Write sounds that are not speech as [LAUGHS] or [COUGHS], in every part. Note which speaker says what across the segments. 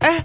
Speaker 1: 哎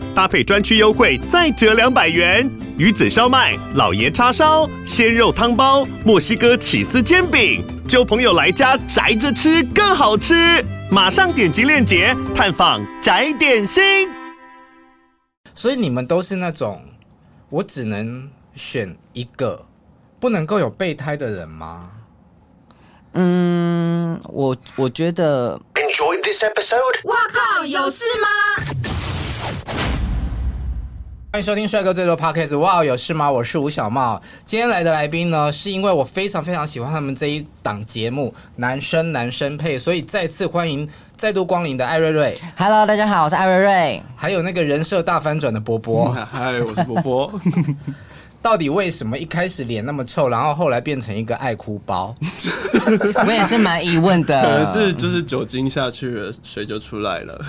Speaker 1: 搭配专区优惠再折两百元。鱼子烧麦、老爷叉烧、鲜肉汤包、墨西哥起司煎饼，就朋友来家宅着吃更好吃。马上点击链接探访宅点心。
Speaker 2: 所以你们都是那种我只能选一个，不能够有备胎的人吗？
Speaker 3: 嗯，我我觉得
Speaker 4: Enjoyed this episode?
Speaker 5: 哇靠，有事吗？
Speaker 2: 欢迎收听《帅哥最多 Podcast》。哇，有事吗？我是吴小茂。今天来的来宾呢，是因为我非常非常喜欢他们这一档节目《男生男生配》，所以再次欢迎再度光临的艾瑞瑞，
Speaker 3: ，Hello，大家好，我是艾瑞
Speaker 6: [LAUGHS]
Speaker 3: 瑞。
Speaker 2: 还有那个人设大翻转的波波。
Speaker 6: 嗨，哎我是波波。
Speaker 2: [LAUGHS] 到底为什么一开始脸那么臭，然后后来变成一个爱哭包？
Speaker 3: 我也是蛮疑问
Speaker 6: [LAUGHS] 可能
Speaker 3: 的，
Speaker 6: 是就是酒精下去了，水就出来了，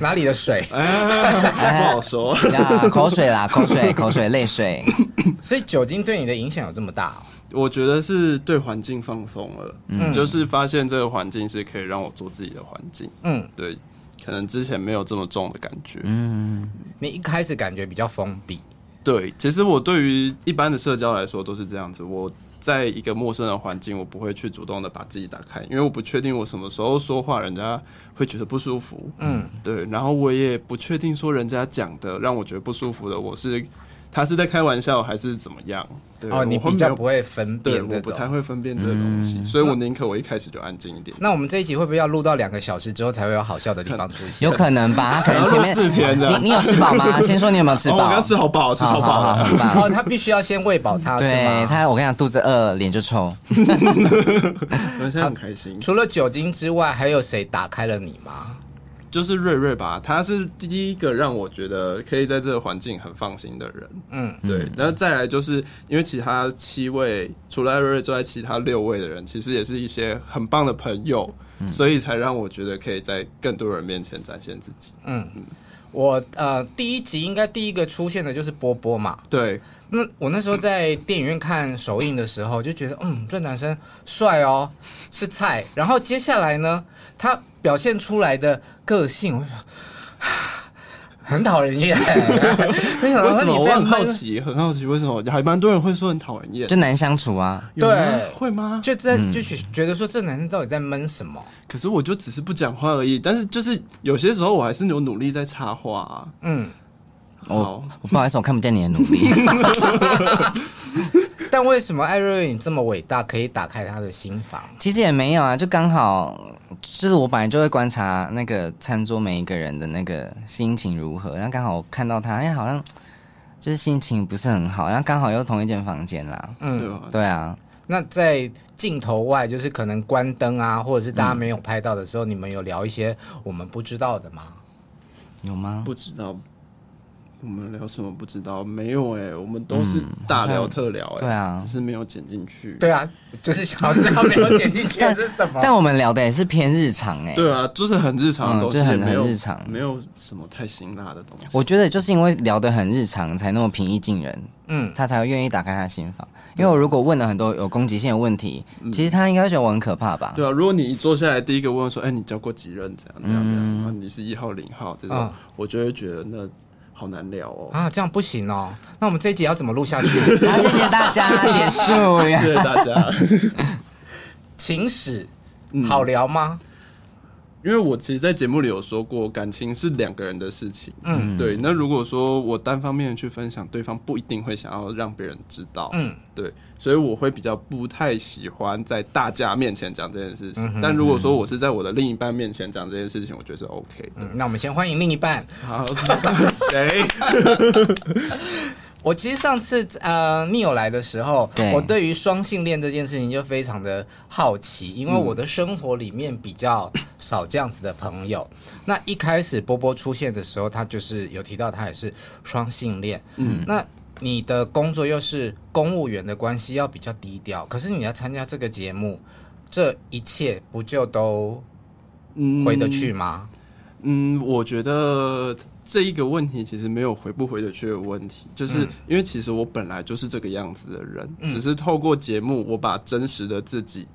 Speaker 2: 哪里的水？
Speaker 6: 啊哎，不好说。
Speaker 3: 呀口水啦，口
Speaker 6: [LAUGHS]
Speaker 3: 水，口水，泪水。
Speaker 2: 所以酒精对你的影响有这么大、哦？
Speaker 6: 我觉得是对环境放松了，就是发现这个环境是可以让我做自己的环境。
Speaker 2: 嗯，
Speaker 6: 对，可能之前没有这么重的感觉。
Speaker 2: 你一开始感觉比较封闭，
Speaker 6: 对，其实我对于一般的社交来说都是这样子，我。在一个陌生的环境，我不会去主动的把自己打开，因为我不确定我什么时候说话，人家会觉得不舒服。
Speaker 2: 嗯，
Speaker 6: 对，然后我也不确定说人家讲的让我觉得不舒服的，我是他是在开玩笑还是怎么样？对
Speaker 2: 哦，你
Speaker 6: 我会
Speaker 2: 比
Speaker 6: 没
Speaker 2: 较
Speaker 6: 有
Speaker 2: 不会分
Speaker 6: 对，
Speaker 2: 辨
Speaker 6: 我
Speaker 2: 这
Speaker 6: 不太
Speaker 2: 种。嗯
Speaker 6: 会分辨这个东西，所以我宁可我一开始就安静一点。哦
Speaker 2: 那我们这一集会不会要录到两个小时之后才会有好笑的地方出现？
Speaker 3: 有可能吧？他可能前面
Speaker 6: 然后录四天的
Speaker 3: 你你有吃饱
Speaker 6: [LAUGHS]
Speaker 3: 吗？先说你有没有吃
Speaker 6: 哦，
Speaker 3: 饱？
Speaker 6: 我刚吃好饱，吃
Speaker 3: 好
Speaker 6: 超
Speaker 3: 好
Speaker 6: 饱
Speaker 3: 好
Speaker 6: 了。
Speaker 2: [LAUGHS]
Speaker 3: 很
Speaker 2: 哦，
Speaker 3: 棒。
Speaker 2: 他必须要先喂饱它，是
Speaker 3: 对
Speaker 2: 吗？
Speaker 3: 他，我跟你讲，肚子饿，脸就臭。
Speaker 6: [LAUGHS] 我现在很开心，
Speaker 2: 除了酒精之外，还有谁打开了你吗？
Speaker 6: 就是瑞瑞吧，他是第一个让我觉得可以在这个环境很放心的人。
Speaker 2: 嗯，
Speaker 6: 对，然后再来就是因为其他七位，除了艾瑞瑞之外，其他六位的人其实也是一些很棒的朋友，所以才让我觉得可以在更多人面前展现自己。
Speaker 2: 嗯我呃第一集应该第一个出现的就是波波嘛。
Speaker 6: 对，
Speaker 2: 那我那时候在电影院看首映的时候，就觉得嗯，这男生帅哦，是菜。然后接下来呢，他表现出来的个性，我就说。啊 [SIGHS] 很讨人厌， [LAUGHS] 没想
Speaker 6: 为
Speaker 2: 到
Speaker 6: 什
Speaker 2: 呃你
Speaker 6: 么我
Speaker 2: 在
Speaker 6: 很好
Speaker 2: 闷
Speaker 6: 奇，很好奇为什么还蛮多人会说很讨人厌
Speaker 3: 就？难相处啊。
Speaker 6: 有吗
Speaker 2: 对
Speaker 6: 会吗？
Speaker 2: 就在就觉觉得说这男生到底在闷什么？ [LAUGHS]
Speaker 6: 可是我就只是不讲话而已，但是就是有些时候我还是有努力在插话、啊。
Speaker 2: 嗯，
Speaker 3: 我
Speaker 6: 好
Speaker 3: 我不好意思，我看不见你的努力。
Speaker 2: 但为什么艾瑞瑞你这么伟大，可以打开他的心房？
Speaker 3: 其实也没有啊，就刚好，就是我本来就会观察那个餐桌每一个人的那个心情如何，然后刚好我看到他，哎，好像就是心情不是很好，然后刚好又同一间房间啦。
Speaker 6: 对
Speaker 2: 嗯，
Speaker 6: 吧？
Speaker 3: 对啊，
Speaker 2: 那在镜头外，就是可能关灯啊，或者是大家没有拍到的时候，你们有聊一些我们不知道的吗？
Speaker 3: 有吗？
Speaker 6: 不知道我们聊什么不知道，没有哎、我们都是大聊特聊哎、
Speaker 3: 嗯对啊
Speaker 6: 只是没有剪进去。
Speaker 2: 对啊，就是想要知道没有剪进去的是什么。
Speaker 3: [LAUGHS] 但我们聊的也是偏日常哎、
Speaker 6: 对啊，就是很日常的东
Speaker 3: 嗯
Speaker 6: 西，
Speaker 3: 就是很
Speaker 6: 也没有
Speaker 3: 很日常
Speaker 6: 没有什么太辛辣的东西。
Speaker 3: 我觉得就是因为聊得很日常，才那么平易近人，
Speaker 2: 嗯，
Speaker 3: 他才会愿意打开他心房。因为我如果问了很多有攻击性的问题，其实他应该会觉得我很可怕吧？
Speaker 6: 嗯对啊，如果你一坐下来，第一个问说：“哎、你教过几任？怎样怎样怎样？”
Speaker 3: 嗯
Speaker 6: 然后你是一号、零号这种，
Speaker 3: 啊
Speaker 2: 嗯
Speaker 6: 我就会觉得那好难聊哦。
Speaker 2: 啊，这样不行哦。那我们这一集要怎么录下去？ [LAUGHS]
Speaker 3: 好，谢谢大家，结
Speaker 6: [LAUGHS]
Speaker 3: 束呀。
Speaker 6: 谢谢大家。
Speaker 2: 情史
Speaker 6: 嗯
Speaker 2: 好聊吗？
Speaker 6: 因为我其实，在节目里有说过，感情是两个人的事情。
Speaker 2: 嗯
Speaker 6: 嗯，对。那如果说我单方面的去分享，对方不一定会想要让别人知道。
Speaker 2: 嗯
Speaker 6: 嗯，对。所以我会比较不太喜欢在大家面前讲这件事情。但如果说我是在我的另一半面前讲这件事情，我觉得是 OK 的。
Speaker 2: 嗯，那我们先欢迎另一半。
Speaker 6: [LAUGHS] 好，谁？
Speaker 2: 我其实上次呃 n e o 来的时候，
Speaker 3: 对
Speaker 2: 我对于双性恋这件事情就非常的好奇，因为我的生活里面比较少这样子的朋友。那一开始波波出现的时候，他就是有提到他也是双性恋。嗯，那你的工作又是公务员的关系，要比较低调。可是你要参加这个节目，这一切不就都
Speaker 6: 嗯
Speaker 2: 回得去吗？
Speaker 6: 嗯，我觉得这一个问题其实没有回不回得去的问题，就是因为其实我本来就是这个样子的人，只是透过节目我把真实的自己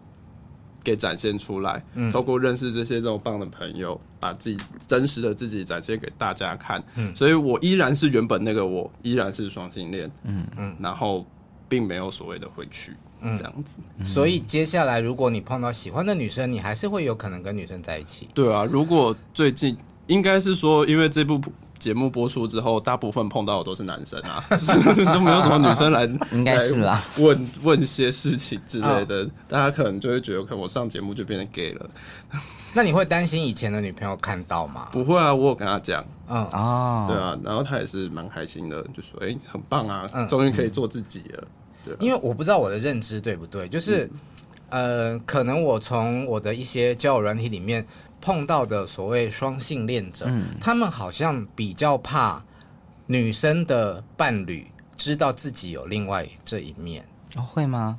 Speaker 6: 给展现出来，透过认识这些这么棒的朋友，把自己真实的自己展现给大家看。所以我依然是原本那个我，依然是双性恋。嗯嗯，然后并没有所谓的回去。这样子，
Speaker 2: 所以接下来，如果你碰到喜欢的女生，你还是会有可能跟女生在一起。
Speaker 6: 对啊，如果最近应该是说，因为这部节目播出之后，大部分碰到的都是男生啊， [LAUGHS] 都没有什么女生来，
Speaker 3: [LAUGHS] 应该是啦
Speaker 6: 来问问些事情之类的，大家可能就会觉得，可能我上节目就变成 gay 了。
Speaker 2: 那你会担心以前的女朋友看到吗？
Speaker 6: 不会啊，我有跟他讲，
Speaker 2: 嗯，
Speaker 3: 哦，嗯
Speaker 6: 对啊，然后他也是蛮开心的，就说，哎、很棒啊，终于可以做自己了。
Speaker 2: 因为我不知道我的认知对不对，就是，呃，可能我从我的一些交友软体里面碰到的所谓双性恋者，他们好像比较怕女生的伴侣知道自己有另外这一面。
Speaker 3: 哦会吗？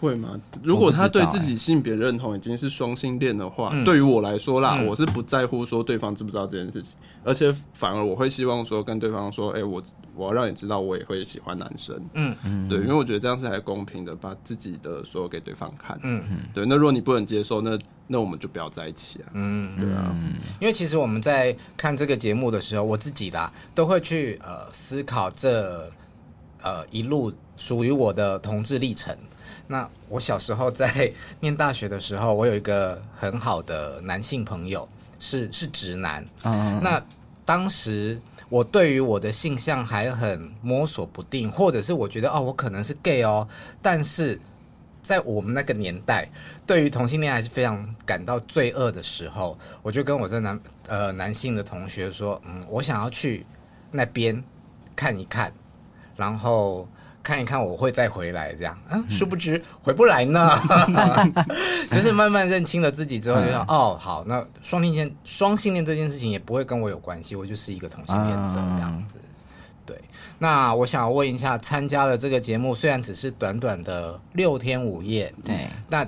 Speaker 6: 会吗？如果他对
Speaker 3: 我不知
Speaker 6: 自
Speaker 3: 道
Speaker 6: 己性别认同已经是双性恋的话，
Speaker 2: 嗯
Speaker 6: 对于我来说啦，我是不在乎说对方知不知道这件事情，而且反而我会希望说跟对方说，哎、我我要让你知道我也会喜欢男生，
Speaker 2: 嗯
Speaker 6: 嗯，对，因为我觉得这样是还公平的，把自己的所有给对方看，
Speaker 2: 嗯
Speaker 6: 嗯，对。那如果你不能接受，那那我们就不要在一起啊，
Speaker 2: 嗯，
Speaker 6: 对啊，
Speaker 2: 因为其实我们在看这个节目的时候，我自己啦都会去呃思考这呃一路属于我的同志历程。那我小时候在念大学的时候，我有一个很好的男性朋友，是是直男。
Speaker 3: 嗯，
Speaker 2: 那当时我对于我的性向还很摸索不定，或者是我觉得哦，我可能是 gay 哦，但是在我们那个年代，对于同性恋还是非常感到罪恶的时候，我就跟我这男呃男性的同学说，嗯，我想要去那边看一看，然后。看一看，我会再回来这样啊，殊不知回不来呢。就是慢慢认清了自己之后，就想、哦，好，那双性恋双性恋这件事情也不会跟我有关系，我就是一个同性恋者这样子。对，那我想问一下，参加了这个节目，虽然只是短短的六天五夜，
Speaker 3: 对，
Speaker 2: 那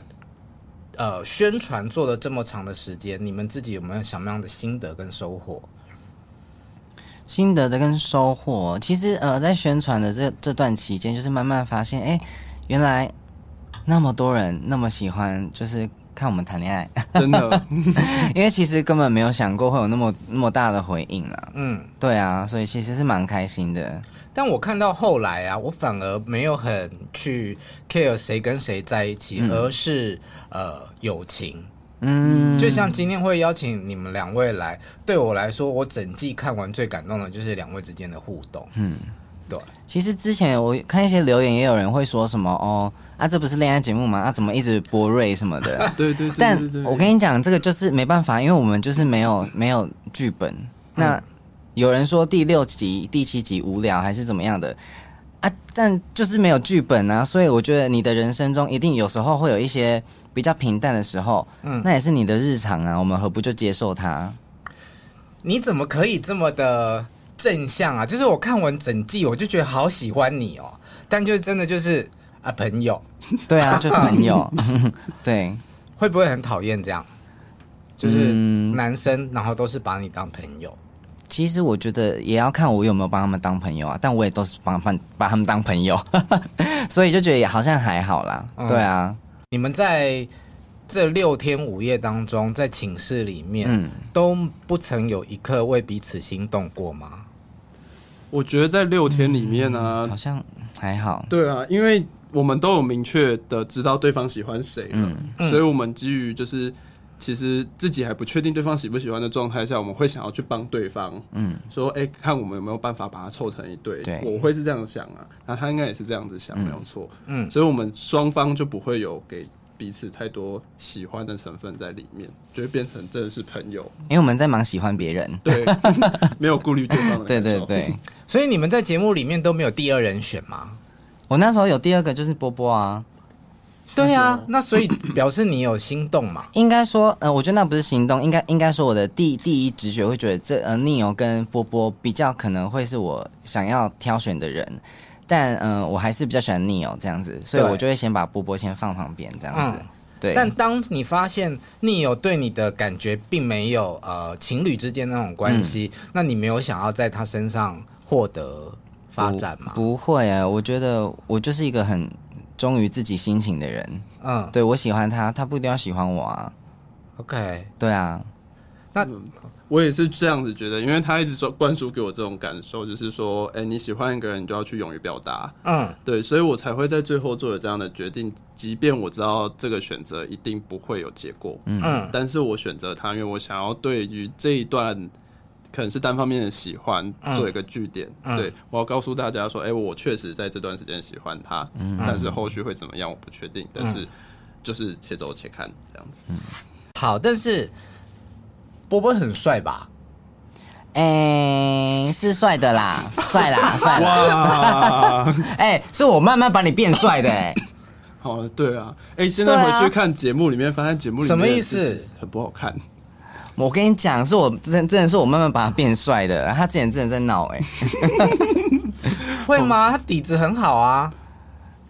Speaker 2: 呃，宣传做了这么长的时间，你们自己有没有什么样的心得跟收获？
Speaker 3: 心得的跟收获，其实呃，在宣传的这这段期间，就是慢慢发现，哎、原来那么多人那么喜欢，就是看我们谈恋爱， [LAUGHS]
Speaker 6: 真的， [LAUGHS]
Speaker 3: 因为其实根本没有想过会有那么那么大的回应啦。
Speaker 2: 嗯，
Speaker 3: 对啊，所以其实是蛮开心的。
Speaker 2: 但我看到后来啊，我反而没有很去 care 谁跟谁在一起，而是呃友情。
Speaker 3: 嗯，
Speaker 2: 就像今天会邀请你们两位来，对我来说，我整季看完最感动的就是两位之间的互动。嗯，对，
Speaker 3: 其实之前我看一些留言，也有人会说什么哦，啊，这不是恋爱节目吗？啊，怎么一直播瑞什么的？
Speaker 6: 对对对
Speaker 3: 但
Speaker 6: 对对
Speaker 3: 我
Speaker 6: 对，
Speaker 3: 跟你讲，这个就是没办法，因为我们就是没有没有剧本。
Speaker 6: 嗯
Speaker 3: 那有人说第六集、第七集无聊还是怎么样的啊？但就是没有剧本啊，所以我觉得你的人生中一定有时候会有一些比较平淡的时候，嗯，那也是你的日常啊，我们何不就接受它？
Speaker 2: 你怎么可以这么的正向啊？就是我看完整季，我就觉得好喜欢你哦，但就真的就是啊，朋友
Speaker 3: 对啊，就朋
Speaker 6: [LAUGHS]
Speaker 3: 友，对，
Speaker 2: 会不会很讨厌这样？就是
Speaker 3: 嗯
Speaker 2: 男生，然后都是把你当朋友。
Speaker 3: 其实我觉得也要看我有没有帮他们当朋友啊，但我也都是帮帮把他们当朋友， [LAUGHS] 所以就觉得也好像还好啦。
Speaker 6: 嗯
Speaker 3: 对啊，
Speaker 2: 你们在这六天五夜当中，在寝室里面、
Speaker 3: 嗯
Speaker 2: 都不曾有一刻为彼此心动过吗？
Speaker 6: 我觉得在六天里面啊呢、
Speaker 2: 嗯
Speaker 3: 好像还好。
Speaker 6: 对啊，因为我们都有明确的知道对方喜欢谁了，
Speaker 2: 嗯
Speaker 6: 所以我们基于就是其实自己还不确定对方喜不喜欢的状态下，我们会想要去帮对方，嗯，说哎、诶看我们有没有办法把它凑成一对。
Speaker 3: 对
Speaker 6: 我会是这样想啊，那他应该也是这样子想，没有错，
Speaker 2: 嗯
Speaker 6: 所以我们双方就不会有给彼此太多喜欢的成分在里面，就会变成真的是朋友，
Speaker 3: 因为我们在忙喜欢别人。 [LAUGHS]
Speaker 6: 对，没有顾虑对
Speaker 2: 哦
Speaker 6: 方的
Speaker 3: 对
Speaker 6: 感
Speaker 3: 对
Speaker 6: 受，
Speaker 3: 对，
Speaker 2: 所以你们在节目里面都没有第二人选吗？
Speaker 3: 我那时候有第二个就是波波啊，
Speaker 2: 对啊，那所以表示你有心动嘛？
Speaker 3: 应该说，呃，我觉得那不是行动，应该应该说我的第第一直觉会觉得这呃 Neo 跟波波比较可能会是我想要挑选的人，但嗯、呃我还是比较喜欢 Neo 这样子，所以
Speaker 2: 对
Speaker 3: 我就会先把波波先放旁边这样子。
Speaker 2: 嗯
Speaker 3: 对对，啊
Speaker 2: 但当你发现你有对你的感觉并没有呃情侣之间那种关系，
Speaker 3: 嗯
Speaker 2: 那你没有想要在他身上获得发展吗？
Speaker 3: 不会啊，我觉得我就是一个很忠于自己心情的人。
Speaker 2: 嗯
Speaker 3: 对我喜欢他，他不一定要喜欢我啊。
Speaker 2: ，OK，
Speaker 3: 对啊，
Speaker 2: 嗯
Speaker 6: 我也是这样子觉得，因为他一直说灌输给我这种感受，就是说，哎、你喜欢一个人，你就要去勇于表达，
Speaker 2: 嗯，
Speaker 6: 对，所以我才会在最后做了这样的决定，即便我知道这个选择一定不会有结果，嗯
Speaker 2: 嗯
Speaker 6: 但是我选择他，因为我想要对于这一段可能是单方面的喜欢做一个据点，
Speaker 2: 嗯
Speaker 6: 对我要告诉大家说，哎、我确实在这段时间喜欢他，
Speaker 2: 嗯
Speaker 6: 但是后续会怎么样我不确定，但是就是且走且看这样子。
Speaker 2: 好，但是波波很帅吧？
Speaker 3: 哎、是帅的啦，帅啦，帅啦。
Speaker 6: 哇，
Speaker 3: 哎、是我慢慢把你变帅的、哎，
Speaker 6: 好了，对啊，哎、现在回去看节目里面，发现节目里面
Speaker 2: 什么意思
Speaker 6: 自己很不好看。
Speaker 3: 我跟你讲，是我真真的是我慢慢把他变帅的。他之前真的在闹，哎，
Speaker 2: 会吗？他底子很好啊。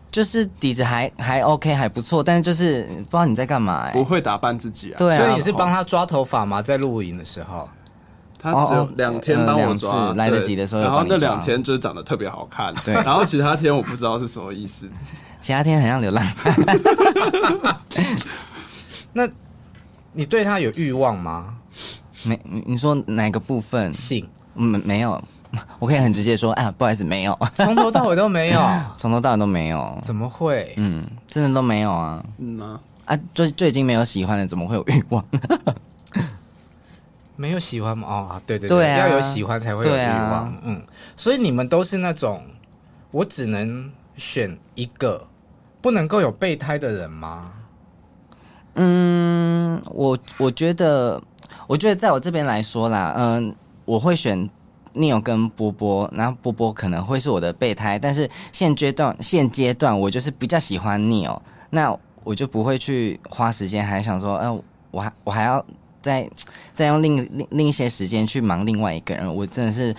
Speaker 3: 就是底子还还 OK，还不错，但是就是不知道你在干嘛、哎
Speaker 6: 不，会打扮自己啊，
Speaker 3: 对啊
Speaker 2: 所以你是帮他抓头发吗？在录影的时候，
Speaker 6: 他只有
Speaker 3: 哦哦
Speaker 6: 两天帮我抓，
Speaker 3: 呃两次
Speaker 6: 对
Speaker 3: 来得及的时候有
Speaker 6: 然
Speaker 3: 帮
Speaker 6: 后
Speaker 3: 你抓
Speaker 6: 那两天就是长得特别好看，
Speaker 3: 对
Speaker 6: 然后其他天我不知道是什么意思。
Speaker 3: 其他天很像流浪汉。
Speaker 2: 那你对他有欲望
Speaker 3: [LAUGHS]
Speaker 2: 吗？
Speaker 3: 没，你你说哪个部分？嗯
Speaker 2: 性
Speaker 3: 没没有，我可以很直接说，啊，不好意思，没有，
Speaker 2: 从头到尾都没
Speaker 3: [LAUGHS]
Speaker 2: 有，
Speaker 3: 从头到尾都没有。
Speaker 2: 怎么会？
Speaker 3: 嗯，真的都没有啊
Speaker 6: 嗯吗？
Speaker 3: 啊，就就已经没有喜欢了，怎么会有欲望？
Speaker 2: 没有喜欢吗？哦，啊对对
Speaker 3: 对啊
Speaker 2: 要有喜欢才会有欲
Speaker 3: 对啊
Speaker 2: 望。嗯，所以你们都是那种我只能选一个，不能够有备胎的人吗？
Speaker 3: 嗯，我我觉得，我觉得在我这边来说啦，嗯、我会选 Neil 跟波波，然后波波可能会是我的备胎，但是现阶段现阶段我就是比较喜欢 Neil，那我就不会去花时间还想说，哎、我还我还要再再用另另另一些时间去忙另外一个人，我真的是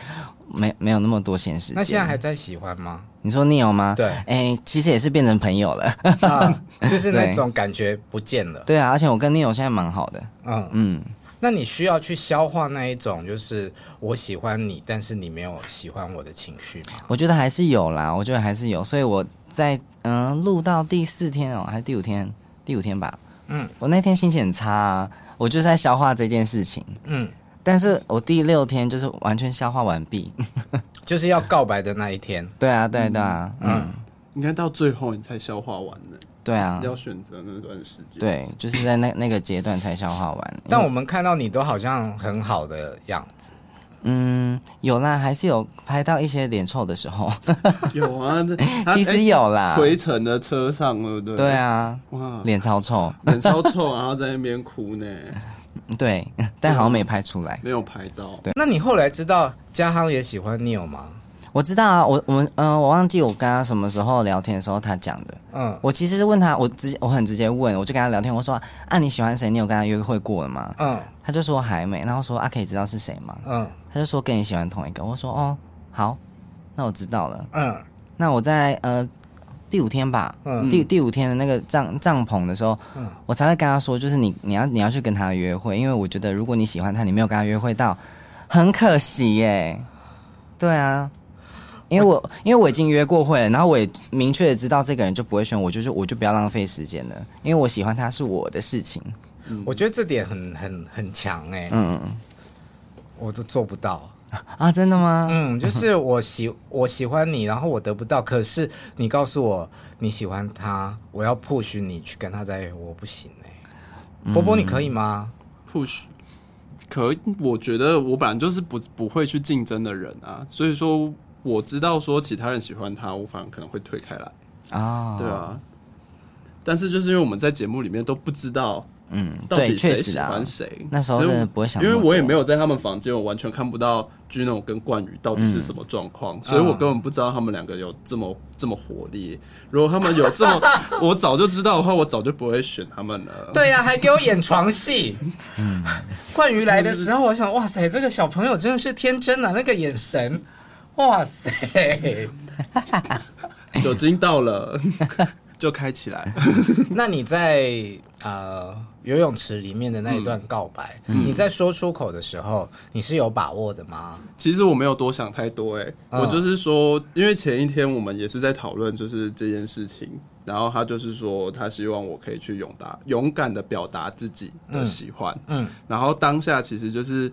Speaker 3: 没没有那么多闲时间。
Speaker 2: 那现在还在喜欢吗？
Speaker 3: 你说 Neil 吗？
Speaker 2: 对
Speaker 3: [LAUGHS] 哎、其实也是变成朋友了， [LAUGHS]
Speaker 2: 啊，就是那
Speaker 3: 对
Speaker 2: 种感觉不见了。
Speaker 3: 对啊，而且我跟 Neil 现在蛮好的，
Speaker 2: 嗯，
Speaker 3: 嗯。
Speaker 2: 那你需要去消化那一种，就是我喜欢你，但是你没有喜欢我的情绪吗？
Speaker 3: 我觉得还是有啦，我觉得还是有，所以我在嗯录到第四天哦，还是第五天，第五天吧，
Speaker 2: 嗯
Speaker 3: 嗯，我那天心情很差、啊，我就是在消化这件事情，
Speaker 2: 嗯，
Speaker 3: 但是我第六天就是完全消化完毕， [LAUGHS]
Speaker 2: 就是要告白的那一天。
Speaker 3: 对啊，对啊对啊，嗯，
Speaker 2: 嗯，
Speaker 6: 应该到最后你才消化完呢，
Speaker 3: 对啊，
Speaker 6: 要选择那段时间。，
Speaker 3: 对，就是在那那个阶段才消化完，
Speaker 2: 但
Speaker 3: 因
Speaker 2: 我
Speaker 3: 为
Speaker 2: 们看到你都好像很好的样子，
Speaker 3: 嗯有啦，还是有拍到一些脸臭的时 [LAUGHS] 候，
Speaker 6: [LAUGHS] 有
Speaker 3: [LAUGHS]
Speaker 6: 啊，他
Speaker 3: 其实有啦
Speaker 6: 哎回程的车上，对不对？
Speaker 3: 对，啊，
Speaker 6: 哇，
Speaker 3: 脸超臭，
Speaker 6: 脸超臭，然后在那边哭呢，
Speaker 3: 对，但好像没拍出来。
Speaker 6: 没有拍到。
Speaker 2: 那你后来知道嘉航也喜欢 Neil 吗？
Speaker 3: 我知道啊，我我们嗯、我忘记我跟他什么时候聊天的时候他讲的，
Speaker 2: 嗯
Speaker 3: 我其实是问他，我直我很直接问，我就跟他聊天，我说啊你喜欢谁？你有跟他约会过了吗？
Speaker 2: 嗯
Speaker 3: 他就说还没，然后说啊可以知道是谁吗？
Speaker 2: 嗯
Speaker 3: 他就说跟你喜欢同一个，我说哦好，那我知道了。
Speaker 2: 嗯
Speaker 3: 那我在呃第五天吧，
Speaker 2: 嗯
Speaker 3: 第第五天的那个帐帐篷的时候，
Speaker 2: 嗯
Speaker 3: 我才会跟他说，就是你你要你要去跟他约会，因为我觉得如果你喜欢他，你没有跟他约会到，很可惜耶。对啊，因为我因为我已经约过会了，然后我也明确的知道这个人就不会选我，就是我就不要浪费时间了，因为我喜欢他是我的事情。
Speaker 2: 我觉得这点很很很强哎、
Speaker 3: 嗯嗯
Speaker 2: 我都做不到。
Speaker 3: 嗯啊，真的吗？
Speaker 2: 嗯，就是
Speaker 3: [LAUGHS]
Speaker 2: 我喜我喜欢你，然后我得不到，可是你告诉我你喜欢他，我要 push 你去跟他在一起，我不行哎、
Speaker 3: 嗯
Speaker 2: 波波，你可以吗？
Speaker 6: push。可以我觉得我本来就是不不会去竞争的人啊，所以说我知道说其他人喜欢他，我反而可能会退开来。
Speaker 3: 啊、
Speaker 6: 对，啊，但是就是因为我们在节目里面都不知道
Speaker 3: 嗯，
Speaker 6: 到底
Speaker 3: 对，
Speaker 6: 谁
Speaker 3: 确
Speaker 6: 喜
Speaker 3: 实啊
Speaker 6: 欢，谁，
Speaker 3: 那时候
Speaker 6: 所以
Speaker 3: 真的不会想
Speaker 6: 因
Speaker 3: 那
Speaker 6: 为
Speaker 3: 么
Speaker 6: 我也
Speaker 3: 多
Speaker 6: 没有在他们房间，我完全看不到 Gino 跟冠宇到底是什么状
Speaker 3: 嗯
Speaker 6: 况，所以我根本不知道他们两个有这么这么火力。如果他们有
Speaker 3: [LAUGHS]
Speaker 6: 这么，我早就知道的话，我早就不会选他们了。
Speaker 2: 对呀、还给我演床戏。冠宇来的时候，我想，哇塞，这个小朋友真的是天真啊，那个眼神，哇塞，
Speaker 6: 酒精到了， [LAUGHS] 就开起来。
Speaker 2: 那你在呃游泳池里面的那一段告白，你在说出口的时候，你是有把握的吗？
Speaker 6: 其实我没有多想太多、欸，哎、
Speaker 2: 嗯
Speaker 6: 我就是说，因为前一天我们也是在讨论就是这件事情，然后他就是说他希望我可以去勇达勇敢的表达自己的喜欢，
Speaker 2: 嗯，
Speaker 6: 然后当下其实就是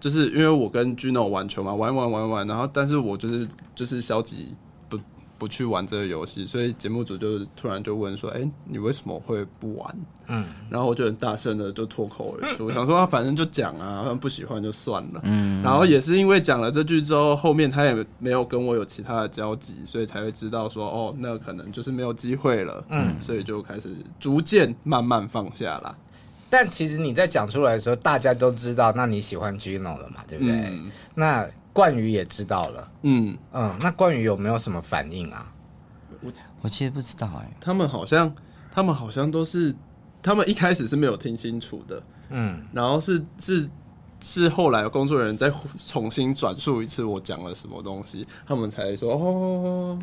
Speaker 6: 就是因为我跟 Gino 玩球嘛，玩玩玩玩，然后但是我就是就是消极不不去玩这个游戏，所以节目组就突然就问说，哎、你为什么会不玩？
Speaker 2: 嗯，
Speaker 6: 然后我就很大声的就脱口而出，想说、啊、反正就讲啊，他们不喜欢就算了，嗯，然后也是因为讲了这句之后，后面他也没有跟我有其他的交集，所以才会知道说，哦，那可能就是没有机会了，嗯，所以就开始逐渐慢慢放下啦。
Speaker 2: 但其实你在讲出来的时候，大家都知道，那你喜欢 Gino 了嘛，对不对？
Speaker 6: 嗯
Speaker 2: 那冠宇也知道了，
Speaker 6: 嗯，
Speaker 2: 嗯，那冠宇有没有什么反应啊？
Speaker 3: 我其实不知道哎、
Speaker 6: 他们好像，他们好像都是，他们一开始是没有听清楚的，
Speaker 2: 嗯，
Speaker 6: 然后是是是后来工作人员再重新转述一次我讲了什么东西，他们才说哦，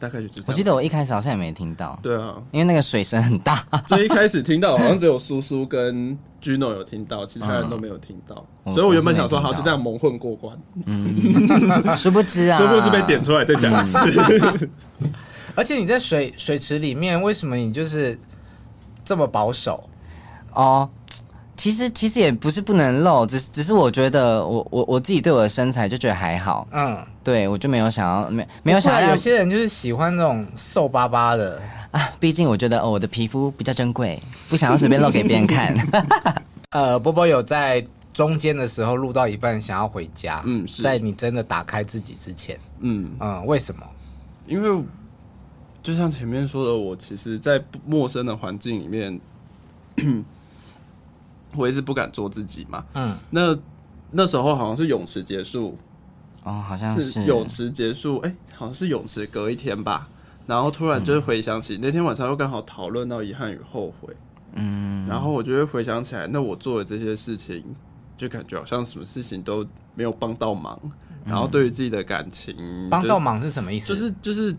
Speaker 6: 大概就是这样
Speaker 3: 我记得我一开始好像也没听到，
Speaker 6: 对啊，
Speaker 3: 因为那个水声很大。
Speaker 6: 所以一开始听到好像只有苏苏跟 Gino 有听到，其他人都没有听到，
Speaker 3: 嗯
Speaker 6: 所以我原本想说
Speaker 3: 我是没听
Speaker 6: 好
Speaker 3: 到
Speaker 6: 就这样蒙混过关，
Speaker 3: 殊不知啊，
Speaker 6: 最后是被点出来再讲一次。
Speaker 2: 而且你在水水池里面，为什么你就是这么保守？
Speaker 3: 哦。其实其实也不是不能露，只是只是我觉得我我我自己对我的身材就觉得还好，
Speaker 2: 嗯，
Speaker 3: 对我就没有想要没没有想
Speaker 2: 不
Speaker 3: 要
Speaker 2: 然有
Speaker 3: 让，
Speaker 2: 些人就是喜欢那种瘦巴巴的，
Speaker 3: 啊，毕竟我觉得哦我的皮肤比较珍贵，不想要随便露给别人看。
Speaker 2: 呃，波波有在中间的时候录到一半想要回家，
Speaker 6: 嗯是
Speaker 2: 在你真的打开自己之前，
Speaker 6: 嗯，
Speaker 2: 嗯，为什么？
Speaker 6: 因为就像前面说的，我其实，在不陌生的环境里面， [CLEARS THROAT] 我一直不敢做自己嘛。
Speaker 2: 嗯，
Speaker 6: 那那时候好像是泳池结束，
Speaker 3: 哦，好像是
Speaker 6: 泳池结束，哎、好像是泳池隔一天吧。然后突然就会回想起、那天晚上又刚好讨论到遗憾与后悔，
Speaker 3: 嗯，
Speaker 6: 然后我就会回想起来，那我做的这些事情，就感觉好像什么事情都没有帮到忙。然后对于自己的感情，
Speaker 2: 帮
Speaker 6: 就
Speaker 2: 到忙是什么意思？
Speaker 6: 就是就是，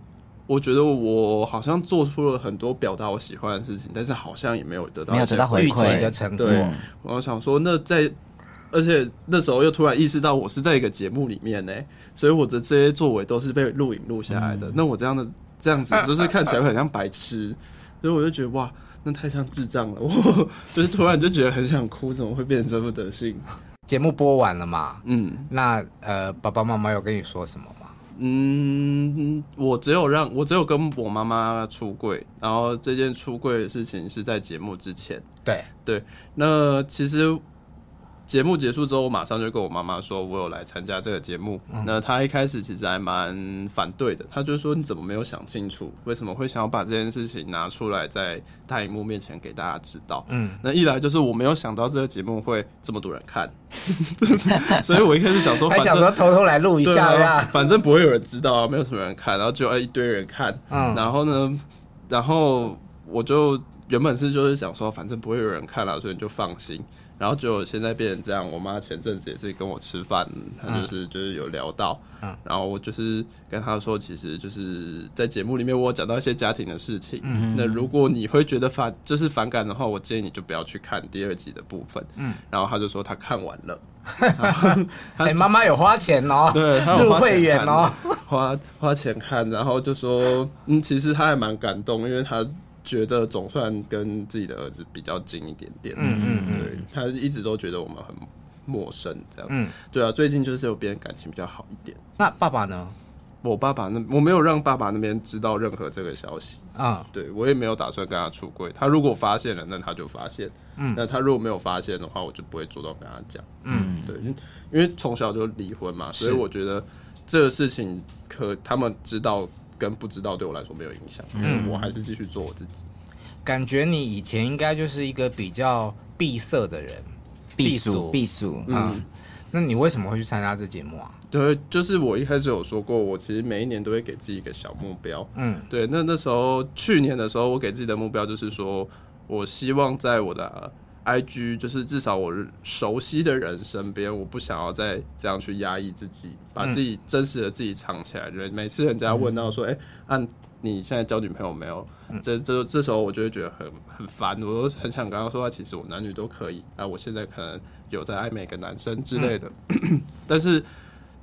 Speaker 6: 我觉得我好像做出了很多表达我喜欢的事情，但是好像也没有得到
Speaker 3: 没有
Speaker 6: 一些
Speaker 3: 得到回
Speaker 2: 预
Speaker 3: 馈
Speaker 2: 期的成果。
Speaker 6: 对，我想说，那在而且那时候又突然意识到我是在一个节目里面呢，所以我的这些作为都是被录影录下来的。那我这样的这样子，就是看起来会很像白痴，所以我就觉得哇。那太像智障了，我 [LAUGHS] 就是突然就觉得很想哭，怎么会变成这副德性？
Speaker 2: 节目播完了嘛？
Speaker 6: 嗯
Speaker 2: 那呃，爸爸妈妈有跟你说什么吗？
Speaker 6: 嗯，我只有让我只有跟我妈妈出柜，然后这件出柜的事情是在节目之前。
Speaker 2: 对，
Speaker 6: 对，那其实节目结束之后，我马上就跟我妈妈说，我有来参加这个节目。
Speaker 2: 嗯
Speaker 6: 那她一开始其实还蛮反对的，她就说你怎么没有想清楚，为什么会想要把这件事情拿出来在大荧幕面前给大家知道？
Speaker 2: 嗯，
Speaker 6: 那一来就是我没有想到这个节目会这么多人看， [LAUGHS] 所以我一开始想说，
Speaker 2: 还
Speaker 6: 哦反
Speaker 2: 想
Speaker 6: 正
Speaker 2: 说偷偷来录一
Speaker 6: 对
Speaker 2: 下
Speaker 6: 啊
Speaker 2: 呀，？
Speaker 6: 反正不会有人知道啊，没有什么人看，然后就哎一堆人看，
Speaker 2: 嗯
Speaker 6: 然后呢，然后我就原本是就是想说，反正不会有人看了、所以你就放心。然后结果现在变成这样，我妈前阵子也是跟我吃饭，她就是、就是有聊到，
Speaker 2: 嗯
Speaker 6: 然后我就是跟她说，其实就是在节目里面我有讲到一些家庭的事情，
Speaker 2: 嗯
Speaker 6: 那如果你会觉得反就是反感的话，我建议你就不要去看第二集的部分，嗯，然后她就说她看完了，
Speaker 2: 哎、妈妈有花钱哦，
Speaker 6: [LAUGHS] 对，他有
Speaker 2: 入
Speaker 6: 花钱
Speaker 2: 会员
Speaker 6: 看
Speaker 2: 哦。，
Speaker 6: 花花钱看，然后就说，嗯，其实他还蛮感动，因为他觉得总算跟自己的儿子比较近一点点，嗯嗯嗯，对，他一直都觉得我们很陌生这样，
Speaker 2: 嗯
Speaker 6: 嗯，对啊，最近就是有变得感情比较好一点。
Speaker 2: 那爸爸呢？
Speaker 6: 我爸爸那我没有让爸爸那边知道任何这个消息，
Speaker 2: 嗯，
Speaker 6: 对我也没有打算跟他出柜。他如果发现了，那他就发现；嗯，那他如果没有发现的话，我就不会主动跟他讲。嗯，对，因为因为从小就离婚嘛，所以我觉得这个事情可他们知道跟不知道对我来说没有影响，因为我还是继续做我自己。
Speaker 2: 感觉你以前应该就是一个比较闭塞的人，
Speaker 3: 避暑避暑，啊
Speaker 2: 嗯，那你为什么会去参加这节目啊？
Speaker 6: 对，就是我一开始有说过，我其实每一年都会给自己一个小目标。
Speaker 2: 嗯，
Speaker 6: 对，那那时候去年的时候，我给自己的目标就是说，我希望在我的 IG，就是至少我熟悉的人身边，我不想要再这样去压抑自己，把自己真实的自己藏起来。人每次人家问到说，哎、按、你现在交女朋友没有？
Speaker 3: 嗯
Speaker 6: 这这这时候我就会觉得很很烦，我都很想跟他说，啊其实我男女都可以啊，我现在可能有在暧昧一个男生之类的，
Speaker 3: 嗯
Speaker 6: [CLEARS THROAT] 但是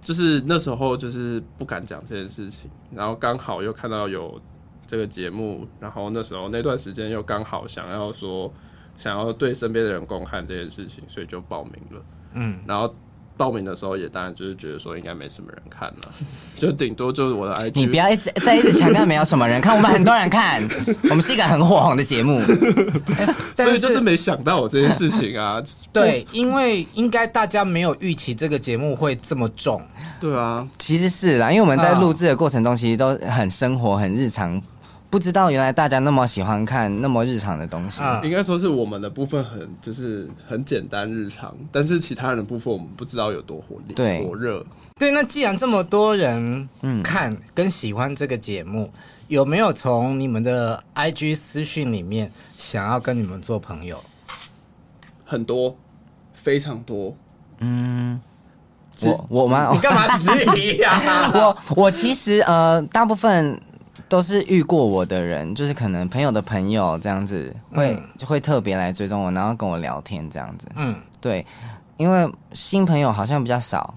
Speaker 6: 就是那时候就是不敢讲这件事情，然后刚好又看到有这个节目，然后那时候那段时间又刚好想要说想要对身边的人公看这件事情，所以就报名了。
Speaker 2: 嗯，
Speaker 6: 然后报名的时候也当然就是觉得说应该没什么人看了，就顶多就是我的 IG。
Speaker 3: 你不要一直在一直强调没有什么人看，我们很多人看， [LAUGHS] 我们是一个很火红的节目。
Speaker 2: 但
Speaker 6: [LAUGHS] 所以就是没想到我这件事
Speaker 3: [LAUGHS]
Speaker 6: 情啊，
Speaker 2: 对，因为应该大家没有预期这个节目会这么重，
Speaker 6: 对啊，
Speaker 3: 其实是啦，因为我们在
Speaker 2: 啊
Speaker 3: 录制的过程中，其实都很生活、很日常，不知道原来大家那么喜欢看那么日常的东西。
Speaker 2: 啊
Speaker 6: 应该说是我们的部分很就是很简单日常，但是其他人的部分我们不知道有多火力、
Speaker 3: 对
Speaker 6: 火热。
Speaker 2: 对，那既然这么多人
Speaker 6: 嗯
Speaker 2: 看跟喜欢这个节目，有没有从你们的 IG 私讯里面想要跟你们做朋友？
Speaker 6: 很多，非常多。
Speaker 3: 我我
Speaker 6: 哦
Speaker 3: 吗？
Speaker 2: 你干嘛迟疑啊呀、
Speaker 3: 我 [LAUGHS] 我其实呃，大部分都是遇过我的人，就是可能朋友的朋友这样子，会、
Speaker 2: 嗯
Speaker 3: 就会特别来追踪我，然后跟我聊天这样子。
Speaker 2: 嗯，
Speaker 3: 对，因为新朋友好像比较少，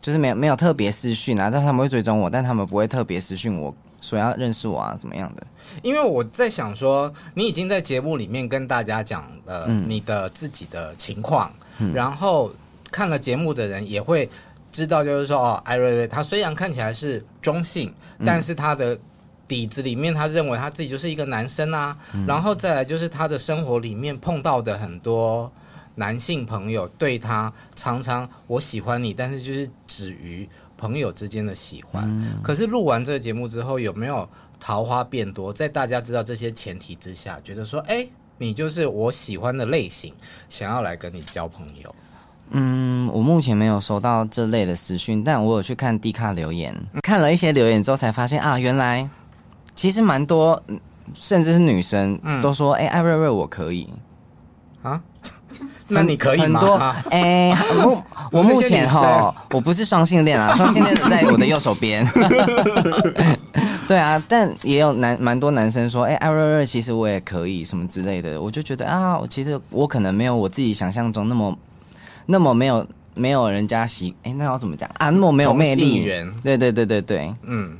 Speaker 3: 就是没有没有特别私讯啊，但他们会追踪我，但他们不会特别私讯我说要认识我啊怎么样的。
Speaker 2: 因为我在想说，你已经在节目里面跟大家讲了你的自己的情况，然后看了节目的人也会知道，就是说哦，艾瑞瑞他虽然看起来是中性，但是他的底子里面，他认为他自己就是一个男生啊。然后再来就是他的生活里面碰到的很多男性朋友对他常常我喜欢你，但是就是止于朋友之间的喜欢。
Speaker 6: 嗯
Speaker 2: 可是录完这个节目之后，有没有桃花变多？在大家知道这些前提之下，觉得说，哎、你就是我喜欢的类型，想要来跟你交朋友。
Speaker 3: 嗯，我目前没有收到这类的私讯，但我有去看 D 卡留言，看了一些留言之后才发现啊，原来其实蛮多，嗯甚至是女生、
Speaker 2: 嗯
Speaker 3: 都说，哎、艾瑞瑞我可以，
Speaker 2: 那你可以
Speaker 3: 很
Speaker 2: 吗？啊
Speaker 3: 多哎、
Speaker 2: [LAUGHS]
Speaker 3: 目我目前
Speaker 2: 那些
Speaker 3: 哈，我不是双性恋
Speaker 2: [LAUGHS]
Speaker 3: 啊，双性恋在我的右手边。 [LAUGHS] 对啊，但也有男蛮多男生说，哎、艾瑞瑞其实我也可以什么之类的，我就觉得啊，我其实我可能没有我自己想象中那么那么没有没有人家喜，哎、那要怎么讲啊？那么没有魅
Speaker 2: 同性
Speaker 3: 力
Speaker 2: 缘，
Speaker 3: 对对对对对。
Speaker 2: 嗯，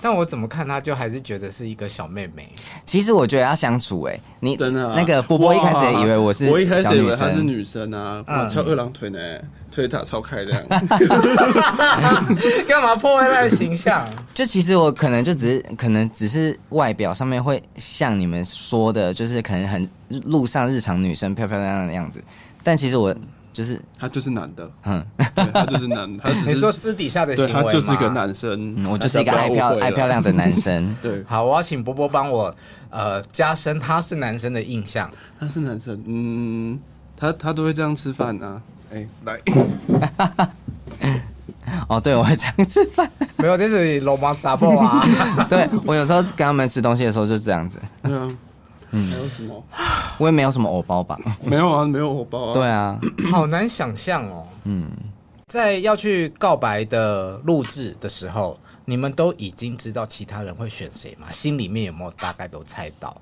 Speaker 2: 但我怎么看她就还是觉得是一个小妹妹。 [LAUGHS]
Speaker 3: 其实我觉得要相处、哎，你
Speaker 6: 真的啊、
Speaker 3: 那个波波一开始也以为我是
Speaker 6: 哇我一开
Speaker 3: 小
Speaker 6: 始以
Speaker 3: 女
Speaker 6: 为她是
Speaker 3: 生，
Speaker 6: 女生啊，哇，
Speaker 2: 嗯
Speaker 6: 翘二郎腿呢，腿打超开这样。
Speaker 3: [LAUGHS]
Speaker 2: 干嘛破坏他的形
Speaker 6: [LAUGHS]
Speaker 2: 象？
Speaker 3: 就其实我可能就只是可能只是外表上面会像你们说的，就是可能很路上日常女生漂漂亮亮的样子，但其实我就是
Speaker 6: 他就是男的，
Speaker 3: 嗯
Speaker 6: 对，他就是男，他
Speaker 3: [LAUGHS]
Speaker 6: 只
Speaker 2: 你
Speaker 6: 是
Speaker 2: 说私底下的行
Speaker 6: 对
Speaker 2: 为吗
Speaker 6: 他就是个。男生，
Speaker 3: 嗯，我就是一个爱漂
Speaker 6: 大家不要误会了。
Speaker 3: 爱漂。亮的男生
Speaker 6: [LAUGHS] 对，
Speaker 2: 好，我要请波波帮我呃加深他是男生的印象。
Speaker 6: 他是男生，嗯，他他都会这样吃饭啊。哎、
Speaker 3: [LAUGHS]
Speaker 6: 来，
Speaker 3: 哦，对，我会这样吃
Speaker 6: [LAUGHS]
Speaker 3: 饭。
Speaker 2: 没有，这是龙王杂报啊。
Speaker 3: [LAUGHS] 对我有时候跟他们吃东西的时候就这样子，
Speaker 6: 对啊，
Speaker 3: 嗯
Speaker 6: 还有什么？
Speaker 3: 我也没有什么偶包吧。
Speaker 6: [LAUGHS] 没有啊，没有火爆啊。
Speaker 3: 对啊，
Speaker 2: 好难想象哦。嗯，在要去告白的录制的时候，你们都已经知道其他人会选谁吗？心里面有没有大概都猜到？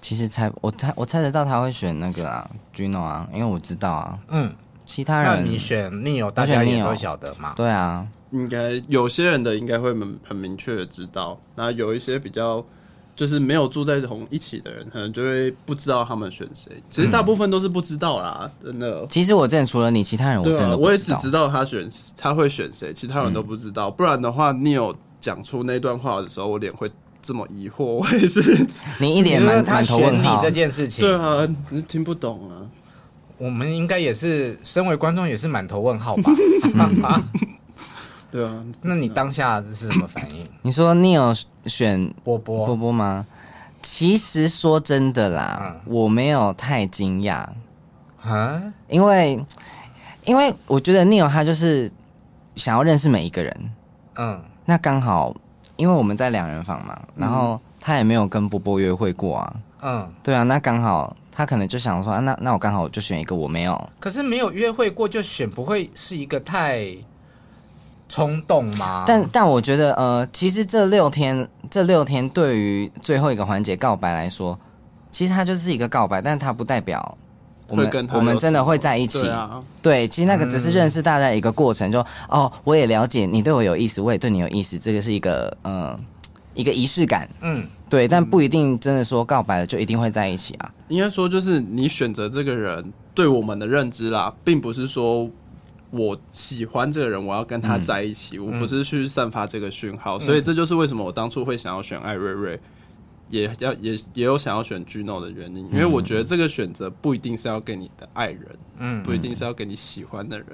Speaker 3: 其实猜我猜我猜得到他会选那个啊，Gino 啊，因为我知道啊，
Speaker 2: 嗯，
Speaker 3: 其他
Speaker 2: 那
Speaker 3: 人
Speaker 2: 你选 n e 大家也都晓得嘛？
Speaker 3: 对啊，
Speaker 6: 应该有些人的应该会很很明确的知道，那有一些比较就是没有住在同一起的人，可能就会不知道他们选谁。其实大部分都是不知道啦，真的。
Speaker 3: 其实我真的除了你，其他人我
Speaker 6: 对
Speaker 3: 嗯哦真
Speaker 6: 啊，
Speaker 3: 的
Speaker 6: 我
Speaker 3: 不
Speaker 6: 也
Speaker 3: 知
Speaker 6: 只
Speaker 3: 道。
Speaker 6: 知道他选他会选谁，其他人都不知道。不然的话，你有讲出那段话的时候，我脸会这么疑惑，我也是。
Speaker 3: 你一
Speaker 2: 你
Speaker 3: 脸
Speaker 2: 说
Speaker 3: 满
Speaker 2: 他
Speaker 3: 满头
Speaker 2: 选
Speaker 3: 问
Speaker 2: 你
Speaker 3: 号
Speaker 2: 这。件事情，
Speaker 6: 对啊，你听不懂啊。
Speaker 2: 我们应该也是身为观众也是满头问号吧？
Speaker 3: [LAUGHS]
Speaker 2: [LAUGHS]
Speaker 6: 对啊，
Speaker 2: 那你当下是什么反应？
Speaker 3: 你说你有选
Speaker 2: 波
Speaker 3: 波
Speaker 2: 波，
Speaker 3: 波吗？其实说真的啦，我没有太惊讶，
Speaker 2: 啊，
Speaker 3: 因为因为我觉得 Neil 他就是想要认识每一个人，
Speaker 2: 嗯
Speaker 3: 那刚好因为我们在两人房嘛，然后他也没有跟波波约会过啊，
Speaker 2: 嗯，
Speaker 3: 对啊，那刚好他可能就想说，啊、那那我刚好就选一个我没有，
Speaker 2: 可是没有约会过就选，不会是一个太冲动
Speaker 6: 啊
Speaker 2: 吗？
Speaker 3: 但但我觉得，呃，其实这六天，这六天对于最后一个环节告白来说，其实它就是一个告白，但它不代表我
Speaker 6: 会跟
Speaker 3: 们
Speaker 6: 他
Speaker 3: 我们
Speaker 6: 有
Speaker 3: 真的
Speaker 6: 什么
Speaker 3: 会在一起。
Speaker 6: 对啊，嗯
Speaker 3: 对，其实那个只是认识大家一个过程，就哦，我也了解你对我有意思，我也对你有意思，这个是一个嗯、呃一个仪式感，
Speaker 2: 嗯，
Speaker 3: 对，但不一定真的说告白了就一定会在一起啊。
Speaker 6: 应该说就是你选择这个人对我们的认知啦，并不是说我喜欢这个人，我要跟他在一起，我不是去散发这个讯号，所以这就是为什么我当初会想要选艾瑞瑞。也要也也有想要选 Gino 的原因，因为我觉得这个选择不一定是要给你的爱人，
Speaker 2: 嗯
Speaker 6: 不一定是要给你喜欢的人，